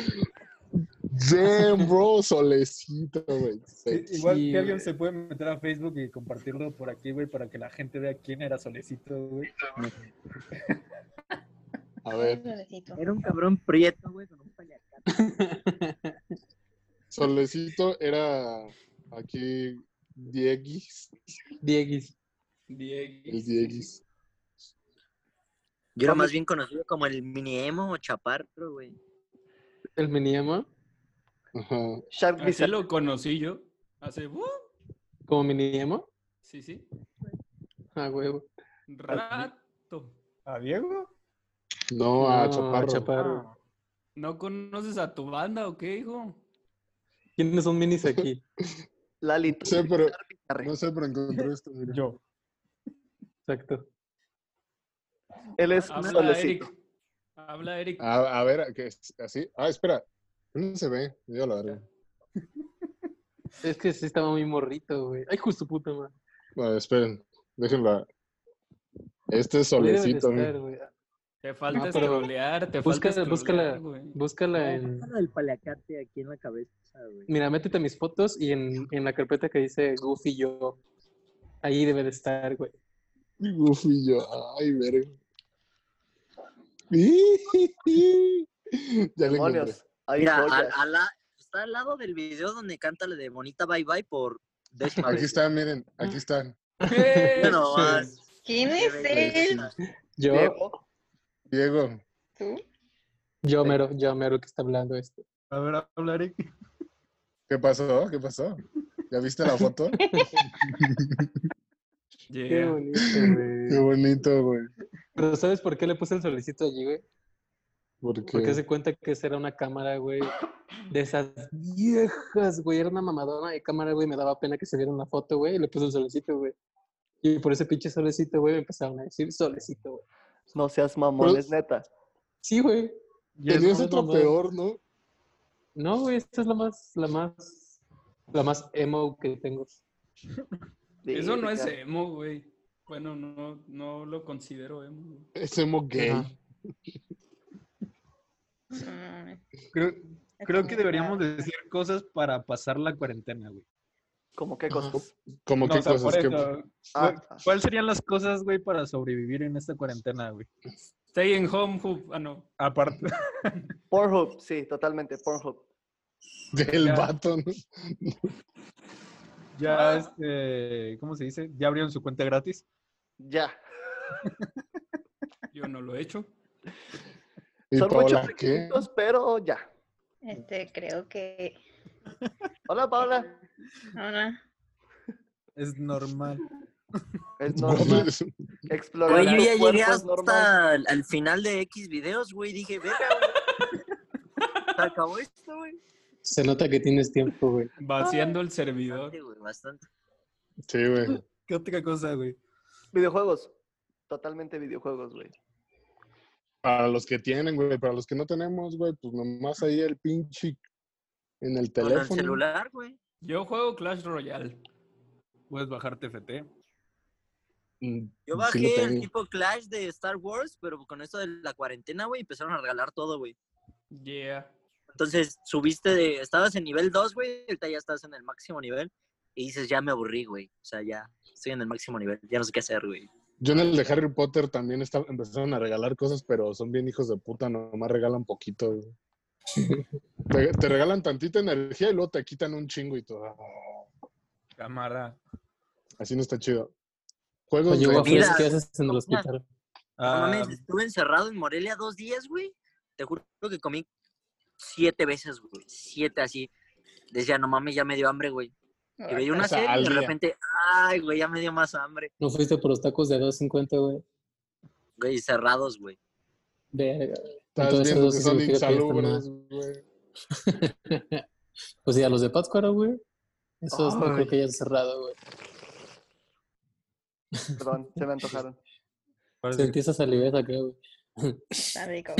Speaker 7: Damn, bro, solecito, güey.
Speaker 5: Igual
Speaker 8: Sí,
Speaker 5: que alguien
Speaker 8: güey.
Speaker 5: se puede meter a Facebook y compartirlo por aquí, güey, para que la gente vea quién era Solecito, güey.
Speaker 7: A ver,
Speaker 10: Era un cabrón prieto, güey, con un paliacate.
Speaker 7: solecito era aquí Dieguis.
Speaker 8: Dieguis.
Speaker 7: El
Speaker 9: Diego.
Speaker 7: Dieguis.
Speaker 10: Yo era más bien conocido como el mini emo o chaparro, güey.
Speaker 8: El Miniamo,
Speaker 7: Ajá.
Speaker 2: Shark
Speaker 9: Así
Speaker 2: Mizar-
Speaker 9: lo conocí yo. Hace. ¡uh!
Speaker 8: como Miniemo.
Speaker 9: sí, sí.
Speaker 8: Ah, huevo.
Speaker 9: Rato.
Speaker 5: ¿A Diego?
Speaker 7: No, a
Speaker 8: No,
Speaker 7: Chaparro.
Speaker 8: Chaparro.
Speaker 9: ¿No conoces a tu banda o qué, hijo?
Speaker 8: ¿Quiénes son minis aquí?
Speaker 2: Lali,
Speaker 7: No
Speaker 2: tú,
Speaker 7: sé, pero,
Speaker 2: Arre.
Speaker 7: no sé, pero encontré esto. mira.
Speaker 5: Yo.
Speaker 8: Exacto.
Speaker 2: Él es un
Speaker 9: Habla
Speaker 2: solecito.
Speaker 9: Eric. Habla Eric.
Speaker 7: A, a ver, ¿qué es? ¿así? Ah, espera. No se ve. Yo la verga.
Speaker 8: Es que sí estaba muy morrito, güey. Ay, justo puta madre.
Speaker 7: Bueno, esperen. Déjenla. Este es
Speaker 8: Ahí debe de
Speaker 7: solecito. mira.
Speaker 8: estar, güey.
Speaker 9: Te falta
Speaker 8: No, pero
Speaker 9: estrolear, te
Speaker 8: busca-
Speaker 9: falta
Speaker 8: búscala.
Speaker 9: estrolear, güey.
Speaker 8: Búscala en.
Speaker 10: Era El paliacate aquí en la cabeza, güey.
Speaker 8: Mira, métete a mis fotos y en, en la carpeta que dice Goofy yo. Ahí debe de estar, güey.
Speaker 7: Y Goofy yo, ay, verga. ya le encontré.
Speaker 2: Demonios. Hay
Speaker 10: Mira,
Speaker 2: joyas.
Speaker 10: al- al la- está al lado del video donde canta la de Bonita Bye Bye por décima
Speaker 7: Aquí
Speaker 10: vez.
Speaker 7: está, miren, aquí está.
Speaker 9: ¡Eh!
Speaker 10: Mira nomás.
Speaker 15: ¿Quién es él?
Speaker 8: Este, Yo,
Speaker 2: Diego,
Speaker 7: Diego,
Speaker 8: yo mero, yo mero que está hablando este.
Speaker 5: A ver, habla Eric.
Speaker 7: ¿qué pasó? ¿Qué pasó? ¿Ya viste la foto?
Speaker 9: Yeah.
Speaker 8: Qué bonito,
Speaker 7: Qué
Speaker 8: güey.
Speaker 7: bonito, güey.
Speaker 8: Pero ¿sabes por qué le puse el solicito allí, güey?
Speaker 7: Porque...
Speaker 8: Porque se cuenta que esa era una cámara, güey, de esas viejas, güey. Era una mamadona de cámara, güey. Me daba pena que se diera una foto, güey. Y le puse el solecito, güey. Y por ese pinche solecito, güey, me empezaron a decir solecito, güey.
Speaker 2: No seas mamón,
Speaker 8: Pero-
Speaker 2: es neta.
Speaker 8: Sí, güey. Y es
Speaker 7: Tenías
Speaker 8: más
Speaker 7: otra
Speaker 8: mamada.
Speaker 7: peor, ¿no?
Speaker 8: No, güey, esta es la más, la más, la más emo que tengo.
Speaker 9: Eso no es emo, güey. Bueno, no, no lo considero emo. güey.
Speaker 7: Es emo gay.
Speaker 8: Ajá.
Speaker 5: Creo, creo que deberíamos decir cosas para pasar la cuarentena, güey.
Speaker 2: ¿Cómo qué cosas?
Speaker 7: Como
Speaker 5: No,
Speaker 7: qué
Speaker 5: o sea,
Speaker 7: cosas
Speaker 5: por
Speaker 7: que...
Speaker 5: eso,
Speaker 2: Ah, ah.
Speaker 5: ¿cuál- ¿Cuál serían las cosas, güey, para sobrevivir en esta cuarentena, güey?
Speaker 9: Stay in home, hoop. Ah, no.
Speaker 5: Aparte,
Speaker 2: Pornhub, sí, totalmente, Pornhub.
Speaker 7: Del
Speaker 5: Ya.
Speaker 7: vato, ¿no?
Speaker 10: Ah.
Speaker 5: ya, este, ¿cómo se dice? Ya abrieron su cuenta gratis.
Speaker 2: Ya.
Speaker 9: Yo no lo he hecho.
Speaker 7: ¿Y
Speaker 2: Son
Speaker 7: Paola
Speaker 2: muchos
Speaker 7: qué?
Speaker 2: requisitos, pero ya.
Speaker 16: Este, creo que.
Speaker 2: Hola, Paola.
Speaker 16: Ahora.
Speaker 5: Es normal.
Speaker 2: Es normal. Explorar
Speaker 10: Güey, yo
Speaker 2: tu
Speaker 10: ya llegué
Speaker 2: cuerpo es normal.
Speaker 10: hasta al, al final de X videos, güey. Dije, verga, güey. Se acabó esto, güey.
Speaker 8: Se nota que tienes tiempo, güey.
Speaker 9: Vaciando el servidor.
Speaker 10: Bastante, güey, bastante.
Speaker 7: Sí, güey.
Speaker 5: ¿Qué otra cosa, güey?
Speaker 2: Videojuegos. Totalmente videojuegos, güey.
Speaker 7: Para los que tienen, güey. Para los que no tenemos, güey, pues nomás ahí el pinche en el
Speaker 10: Con el
Speaker 7: teléfono.
Speaker 10: celular, güey.
Speaker 9: Yo juego Clash Royale.
Speaker 5: Puedes bajar TFT.
Speaker 7: Mm,
Speaker 10: Yo
Speaker 7: sí lo
Speaker 10: bajé el
Speaker 7: tengo.
Speaker 10: tipo Clash de Star Wars, pero con esto de la cuarentena, güey, empezaron a regalar todo, güey.
Speaker 9: Yeah.
Speaker 10: Entonces subiste de. Estabas en nivel 2, güey. Ahorita ya estás en el máximo nivel. Y dices, ya me aburrí, güey. O sea, ya estoy en el máximo nivel. Ya no sé qué hacer, güey.
Speaker 7: Yo en el de Harry Potter también está- empezaron a regalar cosas, pero son bien hijos de puta, nomás regalan poquito. güey. te, te regalan tantita energía y luego te quitan un chingo y todo.
Speaker 5: Cámara.
Speaker 7: Así no está chido. Juegos
Speaker 8: Oye,
Speaker 7: de-
Speaker 8: Waffles,
Speaker 10: Mira,
Speaker 8: ¿qué haces en el hospital?
Speaker 10: No
Speaker 5: Ah,
Speaker 10: mames, estuve encerrado en Morelia dos días, güey. Te juro que comí siete veces, güey. Siete así. Decía, no mames, ya me dio hambre, güey.
Speaker 2: Ah,
Speaker 10: Y veía una
Speaker 7: o sea,
Speaker 10: serie
Speaker 7: al
Speaker 10: y de
Speaker 7: día.
Speaker 10: repente, ay, güey, ya me dio más hambre.
Speaker 8: ¿No fuiste por los tacos de 2.50, güey?
Speaker 10: Güey, cerrados, güey.
Speaker 8: Verga.
Speaker 7: Estás
Speaker 8: Entonces,
Speaker 7: viendo
Speaker 8: eso
Speaker 7: que son
Speaker 8: significa que ya están
Speaker 7: insalubres, güey.
Speaker 8: Pues ya los de Pátzcuaro, güey. Esos no
Speaker 2: Ay.
Speaker 8: creo que hayan cerrado, güey.
Speaker 2: Perdón, se me antojaron.
Speaker 7: Pues
Speaker 5: parece que-
Speaker 8: Sentí esa saliveza, creo, güey.
Speaker 16: Está rico.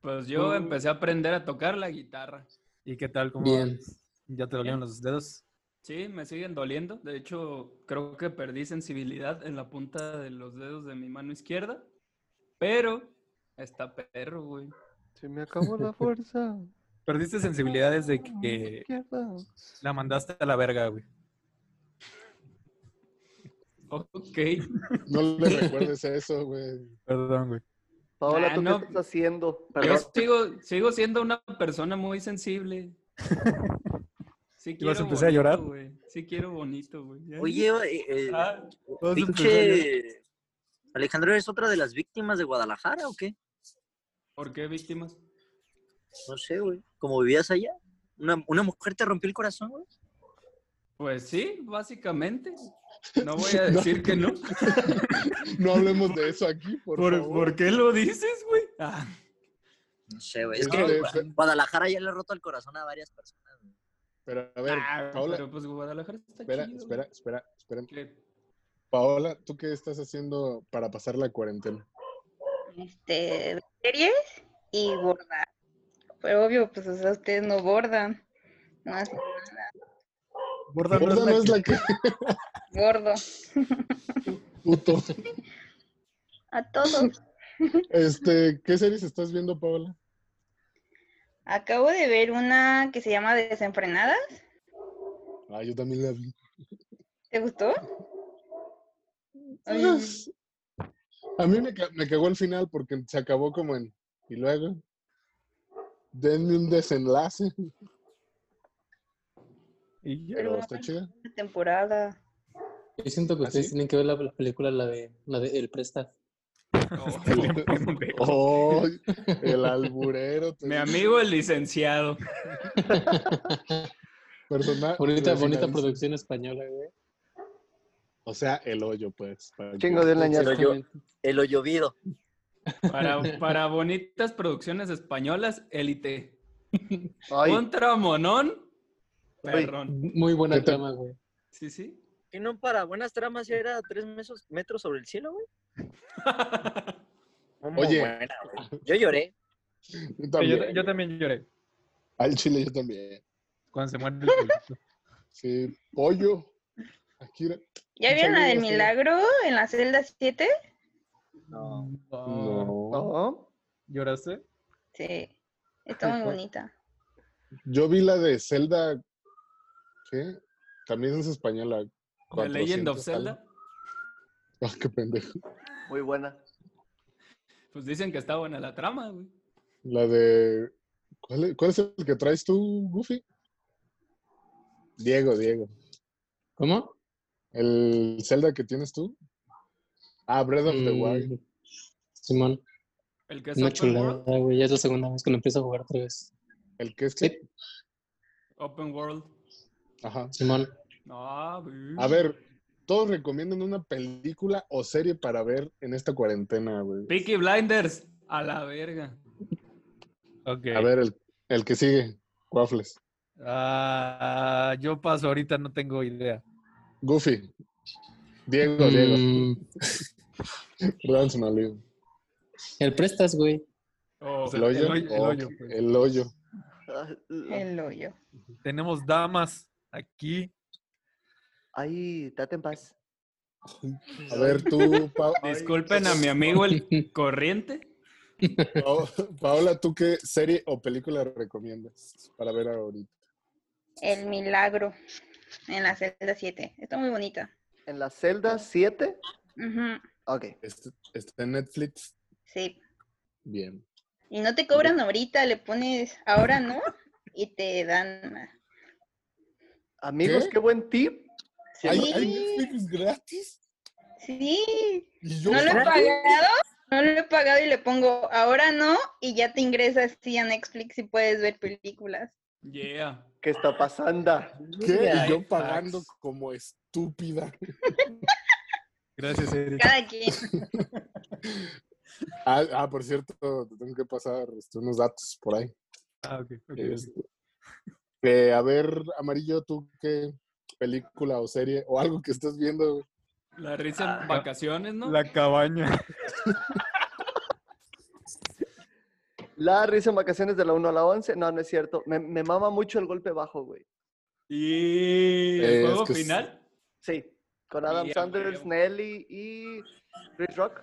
Speaker 9: Pues yo empecé a aprender a tocar la guitarra.
Speaker 5: ¿Y qué tal? ¿Cómo
Speaker 8: Bien.
Speaker 5: vas? ¿Ya te dolieron los dedos?
Speaker 9: Sí, me siguen doliendo. De hecho, creo que perdí sensibilidad en la punta de los dedos de mi mano izquierda. Pero está perro, güey.
Speaker 2: Se me acabó la fuerza.
Speaker 5: Perdiste sensibilidad desde que
Speaker 2: Izquierda.
Speaker 5: la mandaste a la verga, güey.
Speaker 9: Ok.
Speaker 7: No le recuerdes eso, güey.
Speaker 5: Perdón, güey.
Speaker 2: Paola,
Speaker 9: Ah,
Speaker 2: ¿tú
Speaker 9: no.
Speaker 2: qué estás haciendo?
Speaker 9: Yo
Speaker 2: Perdón.
Speaker 9: sigo, sigo siendo una persona muy sensible. Sí
Speaker 5: ¿Y vas
Speaker 9: quiero
Speaker 5: a empezar a llorar?
Speaker 9: bonito, güey. Sí quiero bonito, güey. Ya-
Speaker 10: Oye, eh, eh,
Speaker 9: Ah,
Speaker 10: pinche. Alejandro, ¿eres otra de las víctimas de Guadalajara o qué?
Speaker 9: ¿Por qué víctimas?
Speaker 10: No sé, güey. ¿Cómo vivías allá? ¿Una, una mujer te rompió el corazón, güey?
Speaker 9: Pues sí, básicamente. No voy a decir que no.
Speaker 7: No hablemos de eso aquí, por,
Speaker 9: ¿Por,
Speaker 7: favor.
Speaker 9: por qué lo dices, güey? Ah,
Speaker 10: No sé, güey. Es
Speaker 7: Este,
Speaker 10: que
Speaker 7: pe-
Speaker 10: Guadalajara ya le ha roto el corazón a varias personas. güey.
Speaker 7: Pero a ver,
Speaker 9: ah,
Speaker 7: Paola,
Speaker 9: pero pues Guadalajara está
Speaker 7: espera,
Speaker 9: chido,
Speaker 7: espera, espera, espera.
Speaker 9: güey. ¿Qué?
Speaker 7: Paola, ¿tú qué estás haciendo para pasar la cuarentena?
Speaker 16: Este, series y bordar. Pero obvio, pues o sea, ustedes no bordan. No hacen
Speaker 5: Gorda
Speaker 7: Gorda no es la que...
Speaker 16: gordo.
Speaker 7: Puto.
Speaker 16: A todos.
Speaker 7: Este, ¿qué series estás viendo, Paola?
Speaker 16: Acabo de ver una que se llama Desenfrenadas.
Speaker 7: Ah, yo también la vi.
Speaker 16: ¿Te gustó? Ay,
Speaker 7: A mí me, ca- me cagó el final porque se acabó como en... Y luego... Denme un desenlace.
Speaker 5: Y ya.
Speaker 7: Pero
Speaker 16: Pero
Speaker 7: está
Speaker 16: bueno.
Speaker 7: chida.
Speaker 16: una temporada.
Speaker 8: Yo siento que
Speaker 7: ¿Ah,
Speaker 8: ustedes
Speaker 7: sí?
Speaker 8: tienen que ver la, la película, la de, la de El Presta.
Speaker 9: Oh,
Speaker 7: Oh, el alburero. te
Speaker 9: mi
Speaker 7: digo.
Speaker 9: amigo el licenciado.
Speaker 7: Persona-
Speaker 8: Bonita, bonita
Speaker 7: refinadísimo.
Speaker 8: producción española, güey.
Speaker 7: O sea, el hoyo, pues. para que-
Speaker 2: Chingo de un
Speaker 10: El
Speaker 2: añazo.
Speaker 10: hoyo, el llovido.
Speaker 9: Para, para bonitas producciones españolas, élite.
Speaker 2: Ay.
Speaker 9: Un tramonón, perrón.
Speaker 14: Muy buena
Speaker 7: ¿Qué tal?
Speaker 14: trama, güey.
Speaker 9: Sí, sí.
Speaker 10: Y no para buenas tramas era tres mesos- metros sobre el cielo, güey. No, muy
Speaker 7: Oye.
Speaker 10: buena, güey. Yo lloré.
Speaker 7: Yo
Speaker 6: Yo,
Speaker 7: también.
Speaker 6: yo también lloré
Speaker 7: Al chile yo también.
Speaker 6: cuando se muere el pollito.
Speaker 7: Sí, pollo. Akira.
Speaker 4: ¿Ya vieron la del
Speaker 7: Saludos,
Speaker 4: milagro en la celda 7?
Speaker 10: No.
Speaker 7: No.
Speaker 6: No. ¿Lloraste?
Speaker 4: Sí. Está muy bonita.
Speaker 7: Yo vi la de Zelda. ¿Qué? También es española.
Speaker 9: The Legend
Speaker 7: 400
Speaker 9: of Zelda.
Speaker 7: algo. Ah, qué pendejo.
Speaker 2: Muy buena.
Speaker 9: Pues dicen que está buena la trama, güey.
Speaker 7: La de. ¿Cuál es, cuál es el que traes tú, Goofy? Diego, Diego.
Speaker 14: ¿Cómo?
Speaker 7: ¿El Zelda que tienes tú? Ah, Breath of the Wild.
Speaker 14: Mm, Simón,
Speaker 9: El que es
Speaker 14: una
Speaker 9: Open
Speaker 14: chulada,
Speaker 9: World.
Speaker 14: güey. Ya es la segunda vez que lo empiezo a jugar otra vez.
Speaker 7: ¿El que es
Speaker 14: Sí.
Speaker 7: que?
Speaker 9: Open World.
Speaker 7: Ajá.
Speaker 14: Simón,
Speaker 9: No, güey.
Speaker 7: A ver, todos recomiendan una película o serie para ver en esta cuarentena, güey.
Speaker 9: Peaky Blinders. A la verga.
Speaker 6: Ok.
Speaker 7: A ver, el, el que sigue. Waffles.
Speaker 6: Ah, yo paso, ahorita no tengo idea.
Speaker 7: Goofy. Diego, Diego.
Speaker 14: Mm,
Speaker 7: Perdón, se me olvidó.
Speaker 14: el prestas, güey.
Speaker 9: Oh,
Speaker 7: El hoyo.
Speaker 6: hoyo, el
Speaker 7: Oh,
Speaker 6: hoyo, pues.
Speaker 7: el hoyo.
Speaker 2: Ah, la-
Speaker 4: El hoyo.
Speaker 6: Tenemos damas aquí.
Speaker 2: Ay, date en paz.
Speaker 7: A ver, tú, Pa-
Speaker 9: disculpen a mi amigo el corriente.
Speaker 7: Pa- Paola, ¿tú qué serie o película recomiendas para ver ahorita?
Speaker 4: El milagro en la celda 7. Está muy bonita.
Speaker 2: En la celda 7.
Speaker 4: Ujú,
Speaker 2: Ok.
Speaker 7: ¿Est- ¿Está en ¿Este, Netflix?
Speaker 4: Sí.
Speaker 7: Bien.
Speaker 4: Y no te cobran ahorita, le pones ahora no y te dan.
Speaker 2: Amigos,
Speaker 7: ¿Qué?
Speaker 2: qué buen tip.
Speaker 7: ¿Hay,
Speaker 4: Sí.
Speaker 7: hay Netflix gratis?
Speaker 4: Sí.
Speaker 7: ¿Y yo
Speaker 4: No lo he
Speaker 7: pago?
Speaker 4: pagado, no lo he pagado y le pongo ahora no y ya te ingresas sí a Netflix y puedes ver películas.
Speaker 9: Yeah.
Speaker 2: ¿Qué está pasando?
Speaker 7: ¿Qué?
Speaker 10: Ya,
Speaker 7: ¿Y yo
Speaker 9: Ay,
Speaker 7: pagando
Speaker 9: Max.
Speaker 7: como estúpida?
Speaker 6: Gracias, Eric.
Speaker 4: Cada quien.
Speaker 7: Ah, ah, por cierto, te tengo que pasar este, unos datos por ahí.
Speaker 6: Ah, ok, ok, ok.
Speaker 7: Este, eh, a ver, Amarillo, ¿tú qué película o serie o algo que estás viendo? güey?
Speaker 9: La risa en vacaciones, ¿no?
Speaker 6: Ah, La cabaña.
Speaker 2: La risa en vacaciones de la 1 a la 11. No, no es cierto. Me, me mama mucho el golpe bajo, güey.
Speaker 9: Y
Speaker 7: Eh,
Speaker 9: el
Speaker 7: es
Speaker 9: juego
Speaker 7: que es-
Speaker 9: final.
Speaker 2: Sí. Con Adam
Speaker 9: Sí, a
Speaker 2: Sanders,
Speaker 9: huevo.
Speaker 2: Nelly y Chris Rock.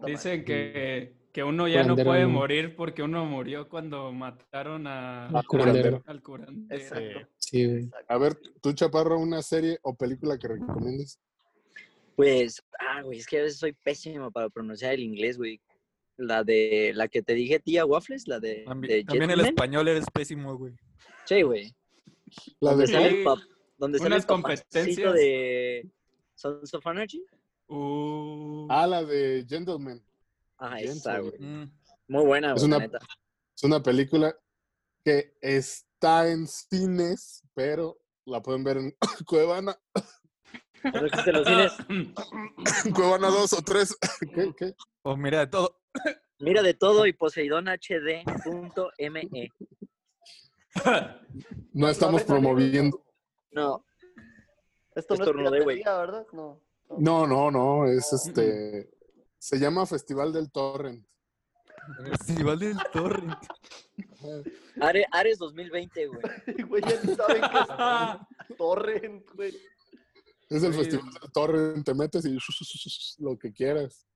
Speaker 2: No
Speaker 9: Dicen que, que uno ya no
Speaker 14: Curandero,
Speaker 9: puede
Speaker 14: ¿no?
Speaker 9: morir porque uno murió cuando mataron a,
Speaker 14: El
Speaker 7: curandero.
Speaker 14: curandero.
Speaker 9: al
Speaker 2: mames.
Speaker 9: curandero.
Speaker 2: Exacto.
Speaker 14: Sí, güey.
Speaker 7: A ver, tú, Chaparro, ¿una serie o película que recomiendes?
Speaker 10: Pues, ah, güey, es que a veces soy pésimo para pronunciar el inglés, güey. La de, la que te dije, tía Waffles, la de, de
Speaker 6: También, también el
Speaker 10: Gentleman.
Speaker 6: español eres pésimo, güey.
Speaker 10: Sí, güey.
Speaker 7: La de
Speaker 10: ¿Dónde sale
Speaker 9: Sí.
Speaker 10: el pap- donde sale
Speaker 9: Unas
Speaker 10: el papacito
Speaker 9: competencias.
Speaker 10: de Eh, Sons of Energy?
Speaker 9: Uh,
Speaker 7: Ah, la de Gentleman.
Speaker 10: Ah,
Speaker 7: Bien,
Speaker 10: esa,
Speaker 7: güey.
Speaker 10: güey.
Speaker 6: Mm.
Speaker 10: Muy buena,
Speaker 7: Es
Speaker 10: güey, la
Speaker 7: una-
Speaker 10: neta.
Speaker 7: Es una película que está en cines, pero la pueden ver en Cuevana,
Speaker 10: Pero existen los cines.
Speaker 7: Cuevana 2 o 3. ¿Qué, qué?
Speaker 6: O mira, de todo.
Speaker 10: Mira de todo y poseidonhd.me.
Speaker 7: No estamos
Speaker 2: ven, amigo.
Speaker 7: promoviendo.
Speaker 10: No,
Speaker 2: Esto no es
Speaker 10: Estornudé, güey.
Speaker 2: piratería, ¿verdad? No.
Speaker 7: No, no, no,
Speaker 6: Mm,
Speaker 7: es este. Se llama Festival del Torrent.
Speaker 6: Festival del Torre.
Speaker 10: Are- Ares 2020, güey.
Speaker 2: Güey, ya ni saben qué es Torrent, güey.
Speaker 7: Es el
Speaker 9: Sí.
Speaker 7: Festival del Torrent, te metes y lo que quieras.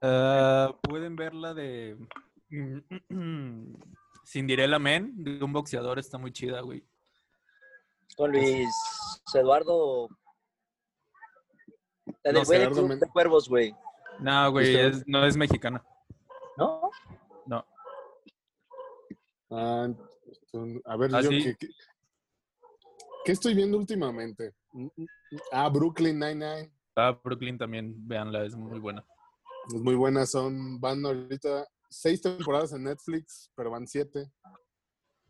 Speaker 6: Ah, Pueden ver la de mm, Cinderella Man, de un boxeador, está muy chida, güey.
Speaker 10: Con Luis Eduardo. La del
Speaker 7: No,
Speaker 10: güey de
Speaker 7: Gerardo
Speaker 10: Club
Speaker 7: Men-
Speaker 10: de Cuervos, güey.
Speaker 6: No, güey,
Speaker 7: Usted-
Speaker 6: es- no es mexicana.
Speaker 10: ¿No?
Speaker 6: No.
Speaker 7: Ah, entonces, a ver,
Speaker 6: Ah,
Speaker 7: yo
Speaker 6: sí.
Speaker 7: ¿qué, qué, qué estoy viendo últimamente? Ah, Brooklyn Nine-Nine.
Speaker 6: Ah, Brooklyn también, véanla, es muy buena.
Speaker 7: Es muy buena, son, van ahorita seis temporadas en Netflix, pero van siete.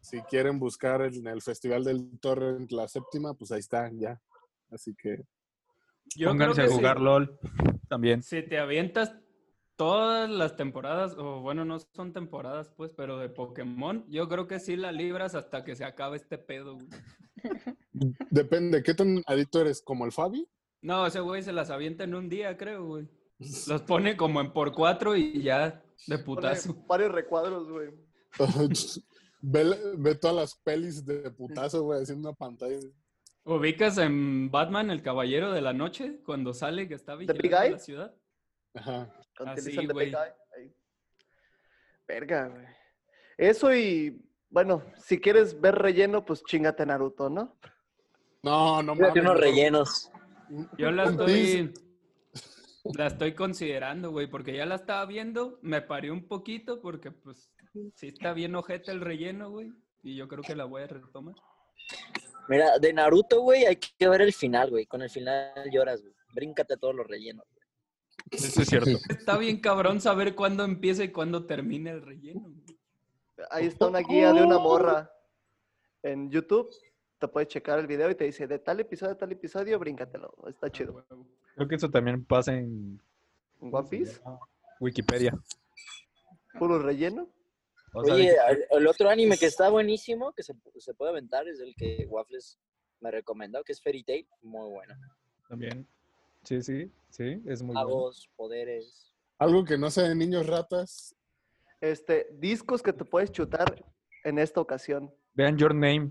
Speaker 7: Si quieren buscar en el Festival del Torrent la séptima, pues ahí está, ya. Así que
Speaker 9: Yo
Speaker 5: Pónganse a
Speaker 9: creo que
Speaker 5: jugar
Speaker 9: sí.
Speaker 5: LOL también.
Speaker 9: Si te avientas todas las temporadas, o bueno, no son temporadas, pues, pero de Pokémon, yo creo que sí la libras hasta que se acabe este pedo, güey.
Speaker 6: Mm.
Speaker 7: Depende, ¿qué tan adicto eres? ¿Como el Fabi?
Speaker 9: No, ese güey se las avienta en un día, creo, güey. Los pone como en por cuatro y ya, de putazo.
Speaker 2: Varios recuadros, güey.
Speaker 7: ve, ve todas las pelis de putazo, güey, haciendo una pantalla.
Speaker 9: ¿Ubicas en Batman, el caballero de la noche, cuando sale que está
Speaker 2: Big
Speaker 9: vigilando
Speaker 2: Eye?
Speaker 9: la ciudad?
Speaker 7: Ajá.
Speaker 2: Utilizan
Speaker 9: Así,
Speaker 2: de
Speaker 9: güey.
Speaker 2: PK, ahí. Verga, güey. Eso y, bueno, si quieres ver relleno, pues chingate a Naruto, ¿no?
Speaker 7: No, no
Speaker 10: Fíjate unos rellenos.
Speaker 9: Yo la
Speaker 2: One
Speaker 9: estoy, la estoy considerando, güey, porque ya la estaba viendo, me paré un poquito porque, pues, sí está bien ojete el relleno, güey, y yo creo que la voy a retomar.
Speaker 10: Mira, de Naruto, güey, hay que ver el final, güey. Con el final lloras, güey. Bríncate a todos los rellenos.
Speaker 5: Eso es cierto.
Speaker 9: Está bien cabrón saber cuándo empieza y cuándo termina el relleno. güey.
Speaker 2: Ahí está una guía de una morra en YouTube. Te puedes checar el video y te dice, de tal episodio a tal episodio, bríncatelo. Está
Speaker 5: Ah,
Speaker 2: chido.
Speaker 5: Creo que eso también pasa en
Speaker 2: ¿En One Piece?
Speaker 5: Wikipedia.
Speaker 2: ¿Puro relleno?
Speaker 5: O sea,
Speaker 10: Oye,
Speaker 5: de-
Speaker 10: el- el otro anime que está buenísimo, que se, se puede aventar, es el que Waffles me recomendó, que es Fairy Tail. Muy bueno.
Speaker 5: también. Sí, sí, sí, es
Speaker 10: Ah,
Speaker 5: muy bueno.
Speaker 10: Magos, poderes.
Speaker 7: Algo que no sea de niños ratas.
Speaker 2: Este, discos que te puedes chutar en esta ocasión.
Speaker 5: Vean Your Name.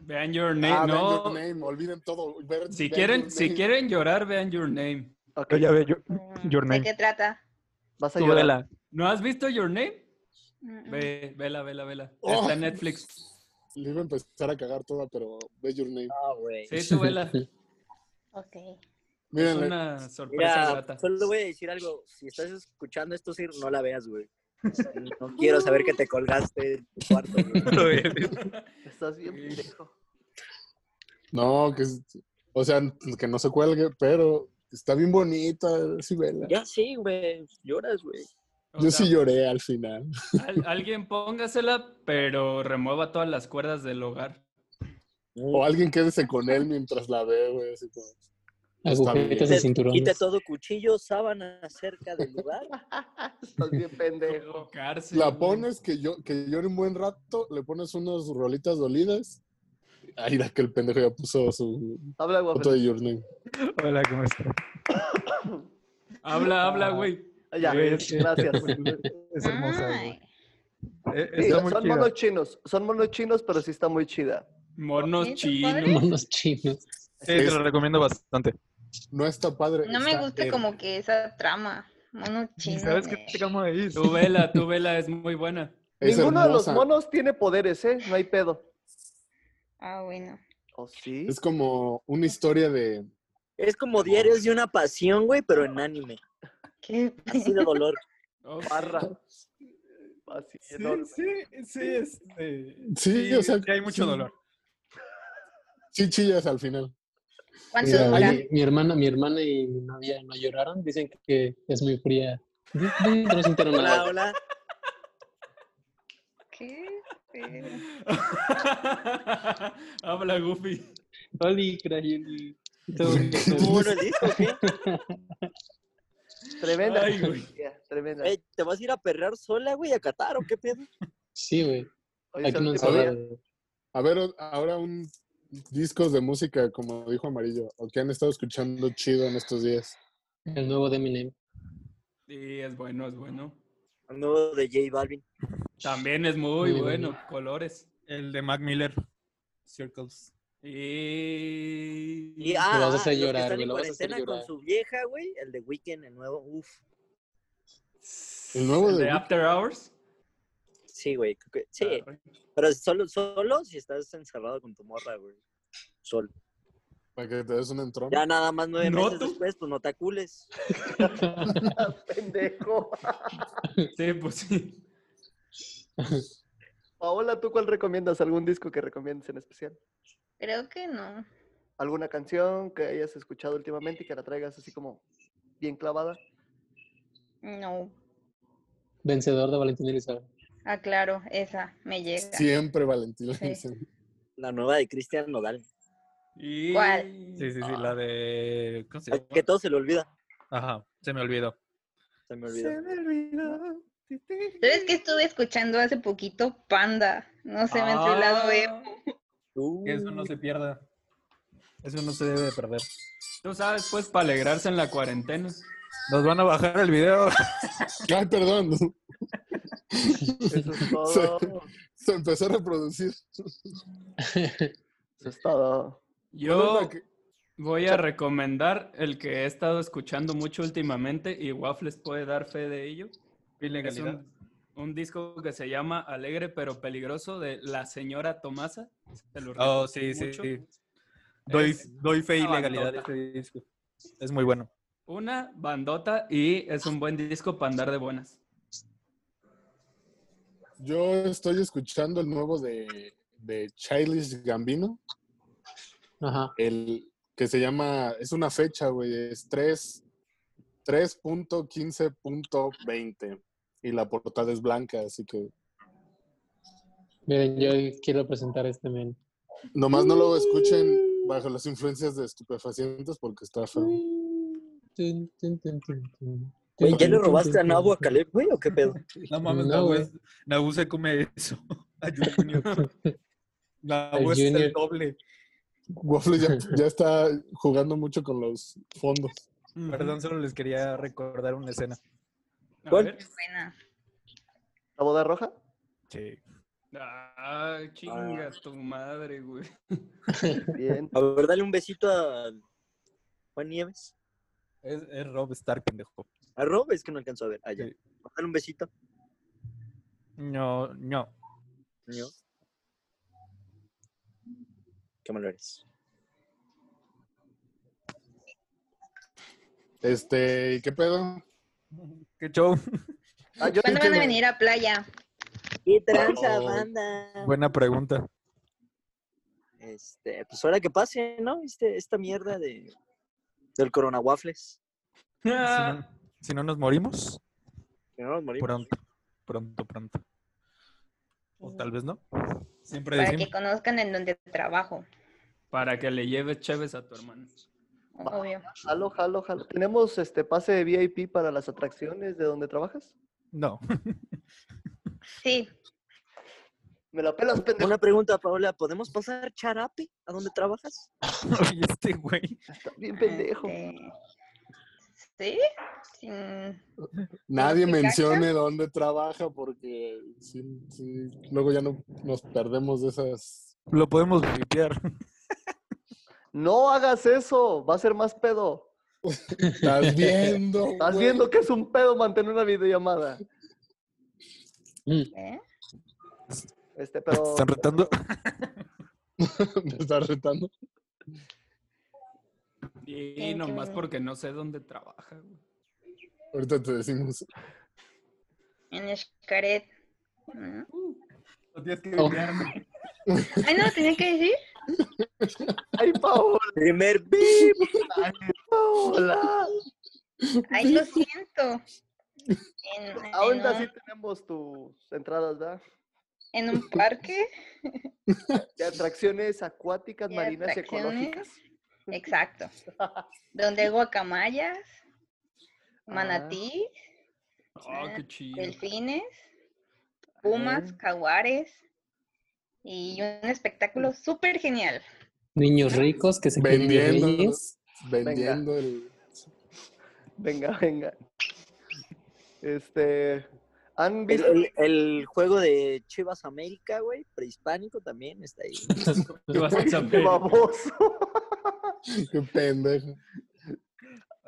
Speaker 9: Vean Your Name,
Speaker 7: Ah, vean
Speaker 9: no.
Speaker 7: Your Name, olviden todo. ver-
Speaker 9: Si
Speaker 7: vean
Speaker 9: quieren,
Speaker 7: Your
Speaker 9: si
Speaker 7: Name.
Speaker 9: quieren llorar, vean Your Name.
Speaker 2: Ok,
Speaker 5: Yo ya veo Your, Your
Speaker 4: ¿De
Speaker 5: Name.
Speaker 4: qué trata?
Speaker 2: vas a
Speaker 5: Tú
Speaker 2: llorar.
Speaker 5: vela.
Speaker 9: ¿No has visto Your Name?
Speaker 4: Mm, mm.
Speaker 9: Ve, vela, vela, vela.
Speaker 7: Oh.
Speaker 9: Está en Netflix.
Speaker 7: Le iba a empezar a cagar toda, pero ve Your Name.
Speaker 10: Ah, güey.
Speaker 9: Sí, tú vela.
Speaker 4: Ok.
Speaker 9: Es
Speaker 7: Mírenle.
Speaker 9: una sorpresa
Speaker 10: Mira,
Speaker 9: grata.
Speaker 10: solo voy a decir algo. Si estás escuchando esto, Sir, no la veas, güey. No quiero saber que te colgaste en tu cuarto, güey.
Speaker 2: Estás bien pendejo.
Speaker 7: No, que, es- o sea, que no se cuelgue, pero está bien bonita, sí, vela.
Speaker 10: Ya sí, güey. Lloras, güey.
Speaker 9: O
Speaker 7: Yo
Speaker 9: sea,
Speaker 7: sí lloré al final.
Speaker 9: al- alguien póngasela, pero remueva todas las cuerdas del hogar.
Speaker 7: O alguien quédese con él mientras la ve, güey, así como.
Speaker 14: Agujetas de
Speaker 10: Quita-
Speaker 14: cinturón.
Speaker 10: Quita todo cuchillo, sábana cerca del lugar.
Speaker 2: Estás bien pendejo.
Speaker 9: O cárcel,
Speaker 7: La
Speaker 9: güey.
Speaker 7: pones que yo que llore un buen rato, le pones unas rolitas dolidas. Ay, da que el pendejo ya puso su
Speaker 2: Habla,
Speaker 7: foto de
Speaker 2: guapo.
Speaker 7: Your Name.
Speaker 5: Hola, ¿cómo estás?
Speaker 9: Habla,
Speaker 7: Ah.
Speaker 9: habla, güey.
Speaker 2: Ya,
Speaker 5: Sí, es que-
Speaker 2: gracias.
Speaker 5: Es hermosa.
Speaker 4: Ay,
Speaker 5: güey. Eh,
Speaker 2: Sí,
Speaker 5: Está muy
Speaker 2: son
Speaker 5: chida.
Speaker 2: monos chinos. Son monos chinos, pero sí está muy chida.
Speaker 9: Monos
Speaker 4: ¿Neta,
Speaker 9: chinos.
Speaker 4: padre?
Speaker 14: Monos chinos.
Speaker 5: Sí, te lo recomiendo bastante.
Speaker 7: No está padre.
Speaker 4: no me
Speaker 7: está
Speaker 4: gusta
Speaker 7: her-
Speaker 4: como que esa trama. Mono
Speaker 5: ¿Y
Speaker 4: chino.
Speaker 5: sabes qué
Speaker 4: me-
Speaker 5: te acabo de decir?
Speaker 9: Tu vela, tu vela es muy buena.
Speaker 7: es
Speaker 2: Ninguno de los
Speaker 7: hermosa.
Speaker 2: monos tiene poderes, ¿eh? No hay pedo.
Speaker 4: Ah, bueno.
Speaker 2: ¿O sí?
Speaker 7: Es como una historia de.
Speaker 10: Es como diarios de una pasión, güey, pero en anime.
Speaker 4: Qué
Speaker 10: Así de dolor.
Speaker 9: Oh,
Speaker 2: Barra. Así enorme.
Speaker 5: sí, sí, este,
Speaker 7: Sí, o sea,
Speaker 5: hay mucho
Speaker 7: sí.
Speaker 5: dolor.
Speaker 7: Sí, chillas al final.
Speaker 4: ¿Cuánto
Speaker 7: Mira,
Speaker 4: dura?
Speaker 14: Oye, mi hermana, mi hermana y mi novia no lloraron. Dicen que es muy fría. No sintieron
Speaker 10: Hola,
Speaker 14: nada.
Speaker 10: hola.
Speaker 4: ¿Qué? pedo?
Speaker 9: Habla, Goofy.
Speaker 14: Oli, Crayoli. Todo
Speaker 10: ¿Cómo
Speaker 14: bonito.
Speaker 10: bueno el disco, o qué?
Speaker 2: Tremenda.
Speaker 9: Ay, güey.
Speaker 2: tía, Tremenda.
Speaker 10: Ey, Eh, ¿Te vas a ir a perrear sola, güey, a Qatar o qué pedo?
Speaker 14: Sí, güey.
Speaker 2: Hoy es
Speaker 14: Aquí
Speaker 2: el
Speaker 14: no
Speaker 2: último día.
Speaker 14: encerrado.
Speaker 7: A ver, o- ahora un discos de música, como dijo Amarillo, o que han estado escuchando chido en estos días.
Speaker 14: El nuevo de Eminem.
Speaker 9: Sí, es bueno, es bueno.
Speaker 10: El nuevo de J Balvin.
Speaker 9: También es muy
Speaker 14: Muy
Speaker 9: bueno.
Speaker 14: bueno.
Speaker 9: Colores.
Speaker 5: El de Mac Miller. Circles.
Speaker 9: Y...
Speaker 10: Y, ah,
Speaker 14: vas a hacer
Speaker 10: ah, los que
Speaker 14: llorar,
Speaker 10: están
Speaker 14: güey,
Speaker 10: en
Speaker 14: lo vas a hacer
Speaker 10: cuarentena con
Speaker 14: llorar.
Speaker 10: su vieja, güey. El de Weekend, el nuevo. Uf.
Speaker 7: El nuevo
Speaker 9: ¿El
Speaker 7: de
Speaker 9: de
Speaker 7: Weeknd.
Speaker 9: After Hours.
Speaker 10: Sí, güey. creo que-
Speaker 14: ah,
Speaker 10: Sí,
Speaker 9: Arre.
Speaker 10: pero solo, solo si estás encerrado con tu morra, güey. Solo.
Speaker 7: Para que te des un entrón.
Speaker 10: Ya nada más nueve
Speaker 9: No,
Speaker 10: meses
Speaker 9: tú.
Speaker 10: después, pues no te acules.
Speaker 2: Pendejo.
Speaker 9: Sí, pues sí.
Speaker 2: Paola, ¿tú cuál recomiendas? ¿Algún disco que recomiendes en especial?
Speaker 4: Creo que no.
Speaker 2: ¿Alguna canción que hayas escuchado últimamente y que la traigas así como bien clavada?
Speaker 4: No.
Speaker 14: Vencedor de Valentín Elizalde.
Speaker 4: Ah, claro, esa me llega.
Speaker 7: Siempre Valentín.
Speaker 4: Sí.
Speaker 10: La nueva de Cristian Nodal.
Speaker 4: ¿Cuál?
Speaker 5: Sí, sí, sí, la de. ¿Cómo se
Speaker 10: Al
Speaker 5: llama?
Speaker 10: que todo se le olvida.
Speaker 5: Ah, Ajá, se me olvidó.
Speaker 10: Se me olvidó.
Speaker 4: ¿Sabes que estuve escuchando hace poquito? Panda. No se me eh. entró el
Speaker 9: Ah.
Speaker 4: lado emo.
Speaker 5: Que eso no se pierda. Eso no se debe de perder.
Speaker 9: Tú sabes, pues, para alegrarse en la cuarentena.
Speaker 5: Nos van a bajar el video.
Speaker 7: Ay, perdón.
Speaker 2: Eso es todo.
Speaker 7: Se, se empezó a reproducir.
Speaker 2: Eso es todo.
Speaker 5: Pues
Speaker 9: Yo voy a recomendar el que he estado escuchando mucho últimamente y Waffles puede dar fe de ello. Es
Speaker 5: Ilegalidad.
Speaker 9: un, un disco que se llama Alegre pero Peligroso de La Señora Tomasa. Se lo
Speaker 5: Oh,
Speaker 9: recomiendo
Speaker 5: sí, sí,
Speaker 9: mucho.
Speaker 5: sí. Doy,
Speaker 9: Es
Speaker 5: doy fe y
Speaker 9: una
Speaker 5: legalidad de
Speaker 9: bandota.
Speaker 5: este disco. Es muy bueno.
Speaker 9: Una bandota y es un buen disco para andar de buenas.
Speaker 7: Yo estoy escuchando el nuevo de, de Childish Gambino.
Speaker 14: Ajá.
Speaker 7: El que se llama, es una fecha, güey, es 3 3.15.20. Y la portada es blanca, así que
Speaker 14: Miren, yo quiero presentar este men.
Speaker 7: nomás no lo escuchen bajo las influencias de estupefacientes porque está feo.
Speaker 14: Tun, tun, tun, tun, tun.
Speaker 10: Güey, ¿ya le
Speaker 14: Tun, tun,
Speaker 10: robaste
Speaker 14: tun,
Speaker 10: a
Speaker 14: tun,
Speaker 10: Nabu a
Speaker 14: tun.
Speaker 10: Caleb, güey, o qué pedo?
Speaker 5: No mames,
Speaker 14: No,
Speaker 5: Nabu,
Speaker 14: güey.
Speaker 5: es- Nabu se come eso. A Junior. Nabu
Speaker 14: Al
Speaker 5: es
Speaker 14: Junior.
Speaker 5: el doble.
Speaker 7: Waffle ya, ya está jugando mucho con los fondos.
Speaker 5: Perdón, solo les quería recordar una escena.
Speaker 9: A
Speaker 10: ¿Cuál?
Speaker 9: ver.
Speaker 4: Buena.
Speaker 2: ¿La boda roja?
Speaker 5: Sí.
Speaker 9: Ah, chinga tu madre, güey.
Speaker 2: Bien.
Speaker 10: A ver, dale un besito a Juan Nieves.
Speaker 5: Es, es Rob Stark, pendejo.
Speaker 10: A Rob, es que no alcanzó a ver. Allá.
Speaker 5: Sí.
Speaker 10: Dale un besito.
Speaker 5: No, no.
Speaker 10: niño. Qué malo eres.
Speaker 7: Este, ¿y qué pedo?
Speaker 5: Qué show.
Speaker 2: Ah, yo
Speaker 4: ¿Cuándo van a venir a playa?
Speaker 10: ¿Qué tranza,
Speaker 7: Oh.
Speaker 14: Ah.
Speaker 10: banda?
Speaker 5: Buena pregunta.
Speaker 10: Este, pues ahora que pase, ¿no? Este, esta mierda de del Corona Waffles.
Speaker 5: Si no, si no nos morimos,
Speaker 10: Que no nos morimos.
Speaker 5: pronto, pronto, pronto. O tal vez no. Siempre
Speaker 4: Para
Speaker 5: decimos.
Speaker 4: que conozcan en donde trabajo.
Speaker 9: Para que le lleves cheves a tu hermano.
Speaker 4: Obvio.
Speaker 2: Jalo, jalo, jalo. ¿Tenemos este pase de VIP para las atracciones de donde trabajas?
Speaker 5: No.
Speaker 4: Sí.
Speaker 2: Me la pelas, pendejo.
Speaker 10: Una pregunta, Paola, ¿podemos pasar charape a donde trabajas?
Speaker 5: Oye, este güey.
Speaker 2: Está bien pendejo.
Speaker 4: Este, ¿Sí? Sin-
Speaker 7: Nadie
Speaker 4: ¿Te cachas?
Speaker 7: mencione dónde trabaja porque sí- sí, luego ya no nos perdemos de esas.
Speaker 5: Lo podemos limpiar.
Speaker 2: No hagas eso. Va a ser más pedo.
Speaker 7: Estás viendo.
Speaker 2: Estás
Speaker 7: güey?
Speaker 2: viendo que es un pedo mantener una videollamada.
Speaker 4: ¿eh?
Speaker 2: Este,
Speaker 5: Te
Speaker 2: pero
Speaker 5: Están retando.
Speaker 7: Me estás retando.
Speaker 9: Y
Speaker 4: Tiene que
Speaker 9: nomás
Speaker 4: venir.
Speaker 9: porque no sé dónde trabaja, güey.
Speaker 7: Ahorita te decimos.
Speaker 4: En Escaret. ¿no?
Speaker 5: Lo tienes que
Speaker 14: Oh.
Speaker 5: limpiar.
Speaker 4: Ay, no, tenía que decir.
Speaker 2: ¡Ay, Paola!
Speaker 10: Primer bip.
Speaker 2: Paola!
Speaker 4: Ay, lo siento. En, en
Speaker 2: Ahorita sí
Speaker 4: un,
Speaker 2: tenemos tus entradas, ¿verdad?
Speaker 4: en un parque.
Speaker 2: De atracciones acuáticas,
Speaker 4: De
Speaker 2: marinas y
Speaker 4: atracciones.
Speaker 2: ecológicas.
Speaker 4: Exacto. Donde hay guacamayas, manatí,
Speaker 9: Ah, qué chido. Ah,
Speaker 4: delfines, pumas, jaguares. Y un espectáculo súper genial.
Speaker 14: Niños ricos que se creen
Speaker 7: Vendiendo.
Speaker 14: reyes.
Speaker 7: Vendiendo el.
Speaker 2: Venga, venga. Este. ¿Han
Speaker 10: El,
Speaker 2: visto?
Speaker 10: el- el juego de Chivas América, güey, prehispánico también está ahí.
Speaker 9: Tú vas a
Speaker 2: ¡Qué
Speaker 9: saber.
Speaker 2: baboso!
Speaker 7: Qué pendejo.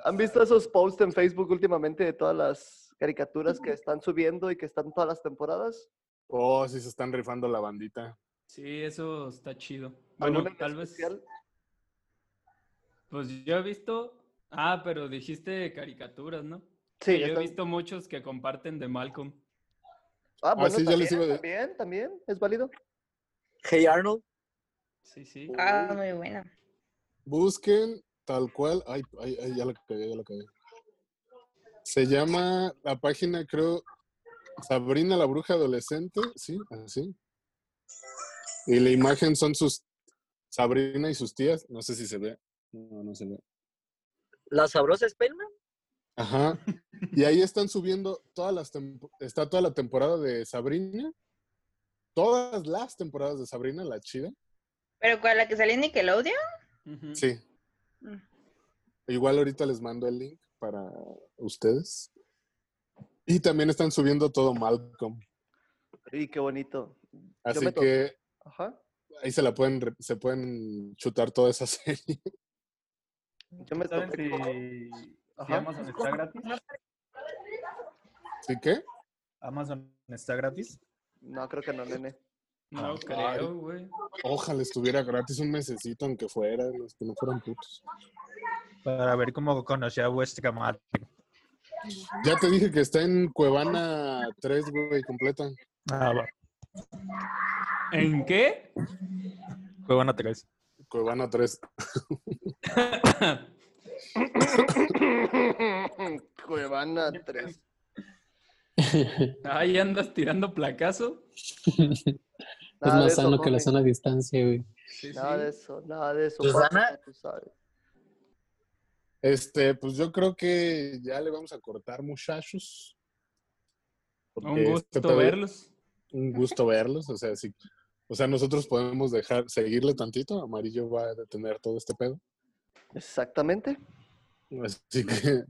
Speaker 2: ¿Han visto esos posts en Facebook últimamente de todas las caricaturas que están subiendo y que están todas las temporadas?
Speaker 7: Oh, sí se están rifando la bandita.
Speaker 9: Sí, eso está chido. Bueno,
Speaker 2: ¿Alguna en
Speaker 9: tal vez.
Speaker 2: especial?
Speaker 9: Pues yo he visto. Ah, pero dijiste caricaturas, ¿no?
Speaker 2: Sí,
Speaker 9: yo he
Speaker 2: están-
Speaker 9: visto muchos que comparten de Malcolm.
Speaker 2: Ah, bueno,
Speaker 7: sí, ya
Speaker 2: también,
Speaker 7: les iba a decir.
Speaker 2: también, también, es válido.
Speaker 10: Hey Arnold.
Speaker 9: Sí, sí.
Speaker 4: Ah, muy buena.
Speaker 7: Busquen tal cual. Ay, ay, ay, ya lo cagué, ya lo cagué. Se llama la página, creo, Sabrina la Bruja Adolescente. Sí, así. Y la imagen son sus Sabrina y sus tías, no sé si se ve. No, no se ve.
Speaker 10: ¿La sabrosa Spellman?
Speaker 7: Ajá. Y ahí están subiendo todas las tempo- está toda la temporada de Sabrina. Todas las temporadas de Sabrina, la chida.
Speaker 4: ¿Pero cuál? ¿La que salió en Nickelodeon?
Speaker 7: Sí.
Speaker 4: Mm.
Speaker 7: Igual ahorita les mando el link para ustedes. Y también están subiendo todo Malcolm.
Speaker 2: Y qué bonito.
Speaker 7: Así
Speaker 2: me to-
Speaker 7: que
Speaker 2: Ajá.
Speaker 7: ahí se la pueden re- se pueden chutar toda esa serie.
Speaker 2: Yo me
Speaker 5: Mm, ¿Saben
Speaker 2: topé con-
Speaker 5: si, si
Speaker 2: Ajá.
Speaker 5: Amazon está gratis?
Speaker 7: ¿Sí qué?
Speaker 5: ¿Amazon está gratis?
Speaker 2: No, creo que no, nene.
Speaker 9: No
Speaker 7: Ay.
Speaker 9: creo, güey.
Speaker 7: Ojalá estuviera gratis un mesecito aunque fuera, los que no fueran putos.
Speaker 5: Para ver cómo conocía a vuestra madre.
Speaker 7: Ya te dije que está en Cuevana 3, güey, completa.
Speaker 5: Ah, va.
Speaker 9: ¿En qué?
Speaker 5: Juegan a tres.
Speaker 7: Cuevana 3.
Speaker 2: Cuevana 3.
Speaker 9: Ahí andas tirando placazo.
Speaker 14: es
Speaker 10: Ah,
Speaker 2: Nada de
Speaker 14: más
Speaker 2: eso,
Speaker 14: sano que la
Speaker 2: Jorge.
Speaker 14: zona a distancia, güey.
Speaker 9: Sí,
Speaker 2: Nada de
Speaker 9: sí.
Speaker 2: eso, nada de eso.
Speaker 10: ¿Susana?
Speaker 2: Paco, tú sabes.
Speaker 7: Este, pues yo creo que ya le vamos a cortar, muchachos.
Speaker 9: Un
Speaker 7: este
Speaker 9: gusto
Speaker 7: pedo-
Speaker 9: verlos.
Speaker 7: Un gusto verlos, o sea, sí. O sea, nosotros podemos dejar, seguirle tantito. Amarillo va a detener todo este pedo.
Speaker 2: Exactamente.
Speaker 7: Así que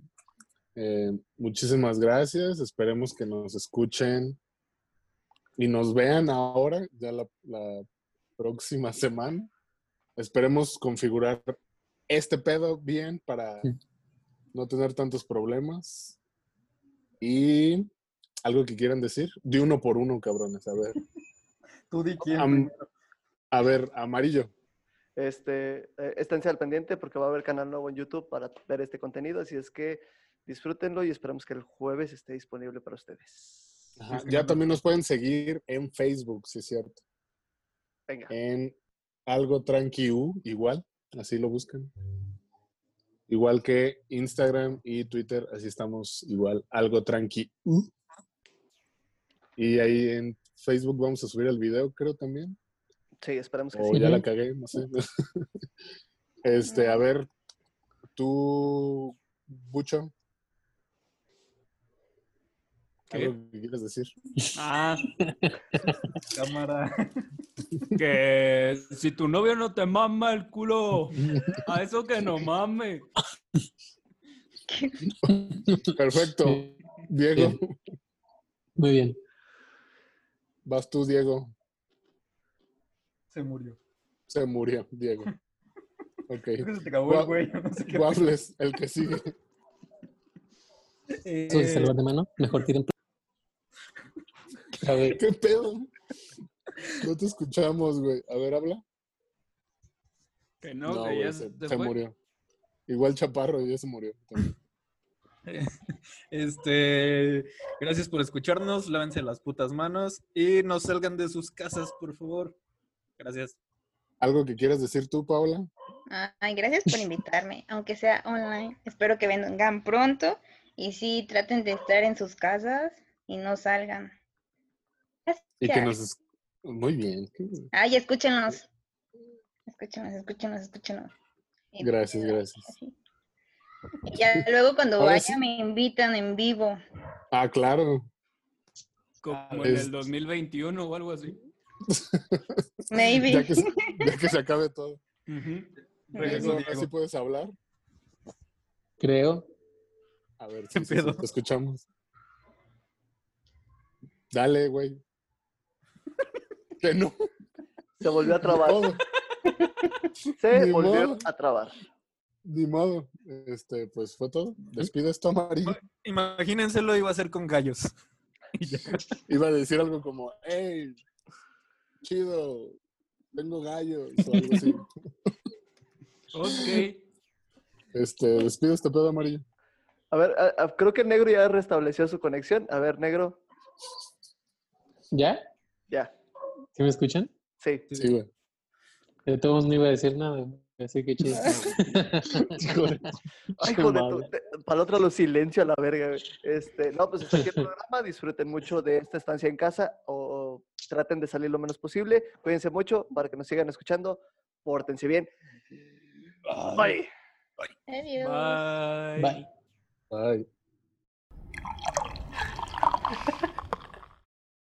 Speaker 7: eh, muchísimas gracias. Esperemos que nos escuchen y nos vean ahora, ya la, la próxima semana. Esperemos configurar este pedo bien para no tener tantos problemas. Y algo que quieran decir, de uno por uno, cabrones. A ver,
Speaker 6: Tú di quién.
Speaker 7: Am- a ver, amarillo.
Speaker 2: Este, eh, esténse al pendiente porque va a haber canal nuevo en YouTube para ver este contenido. Así es que disfrútenlo y esperamos que el jueves esté disponible para ustedes.
Speaker 14: Ah,
Speaker 7: Ajá, Ya también nos pueden seguir en Facebook, si es cierto.
Speaker 2: Venga.
Speaker 7: en algo tranqui U, igual, así lo buscan. Igual que Instagram y Twitter, así estamos igual, algo tranqui U. Y ahí en Facebook vamos a subir el video, creo también.
Speaker 2: Sí, esperamos que
Speaker 7: O
Speaker 2: sí.
Speaker 7: ya la
Speaker 14: Ujú.
Speaker 7: cagué, no sé. este, a ver, tú, Bucho.
Speaker 9: ¿Qué?
Speaker 7: ¿Algo que quieres decir?
Speaker 9: Ah,
Speaker 5: Cámara.
Speaker 9: que si tu novio no te mama el culo, a eso que no mame.
Speaker 7: Perfecto. Diego,
Speaker 14: Muy bien.
Speaker 7: vas tú, Diego.
Speaker 5: Se murió.
Speaker 7: Se murió, Diego. Ok.
Speaker 5: Creo que se te acabó el
Speaker 7: Gua-
Speaker 5: güey. No sé qué.
Speaker 7: Waffles, el que sigue.
Speaker 14: Eso de
Speaker 5: Eh,
Speaker 14: salvar de mano, mejor tiren. A ver,
Speaker 7: ¿Qué pedo? No te escuchamos, güey. A ver, habla.
Speaker 9: Que no, que
Speaker 7: güey,
Speaker 9: ya
Speaker 7: se,
Speaker 9: se,
Speaker 7: se
Speaker 9: fue.
Speaker 7: murió. Igual Chaparro ya se murió. también.
Speaker 5: este, gracias por escucharnos. Lávense las putas manos y no salgan de sus casas, por favor. Gracias.
Speaker 7: ¿Algo que quieras decir tú, Paola?
Speaker 4: Ay, gracias por invitarme, aunque sea online. Espero que vengan pronto y sí, traten de estar en sus casas y no salgan.
Speaker 7: Y que
Speaker 4: Gracias.
Speaker 7: nos... es- Muy bien.
Speaker 4: Ay, escúchenos. Escúchenos, escúchenos, escúchenos. Y-
Speaker 7: Gracias, gracias.
Speaker 4: así. Y ya luego cuando
Speaker 7: Ahora
Speaker 4: vaya
Speaker 7: sí.
Speaker 4: me invitan en vivo.
Speaker 7: Ah, claro.
Speaker 9: Como en
Speaker 7: es-
Speaker 9: el 2021 o algo así.
Speaker 4: Maybe.
Speaker 7: Ya que, se- ya que se acabe todo.
Speaker 9: Ujú.
Speaker 7: Diego,
Speaker 5: Regresó
Speaker 7: ahora sí
Speaker 5: Diego.
Speaker 7: puedes hablar?
Speaker 14: creo.
Speaker 7: A ver,
Speaker 5: ¿Qué
Speaker 7: sí, sí, sí,
Speaker 5: pedo?
Speaker 7: te escuchamos. Dale, güey. Que no.
Speaker 2: Se volvió a trabar.
Speaker 14: Oh,
Speaker 7: Todo.
Speaker 2: Se
Speaker 7: Ni
Speaker 2: volvió
Speaker 7: modo.
Speaker 2: a trabar.
Speaker 7: Ni modo. Este, pues fue todo. Despides esto amarillo.
Speaker 5: Imagínenselo, iba a ser con gallos.
Speaker 7: Iba a decir algo como, hey, chido, tengo gallos o algo así.
Speaker 9: Ok.
Speaker 7: Este, despido este pedo amarillo.
Speaker 2: A ver, a- a- creo que Negro ya restableció su conexión. A ver, Negro,
Speaker 14: ¿Ya?
Speaker 2: ya.
Speaker 14: ¿Sí me escuchan?
Speaker 2: Sí.
Speaker 7: Sí, güey.
Speaker 14: De todos modos no iba a decir nada, güey, así que chido.
Speaker 7: Hijo de-
Speaker 2: Ay, joder, tu- te- para la otra lo silencio a la verga. güey. Este, no, pues hasta aquí el programa. Disfruten mucho de esta estancia en casa o traten de salir lo menos posible. Cuídense mucho para que nos sigan escuchando. pórtense bien. Bye.
Speaker 1: Adiós.
Speaker 9: Bye.
Speaker 7: Bye.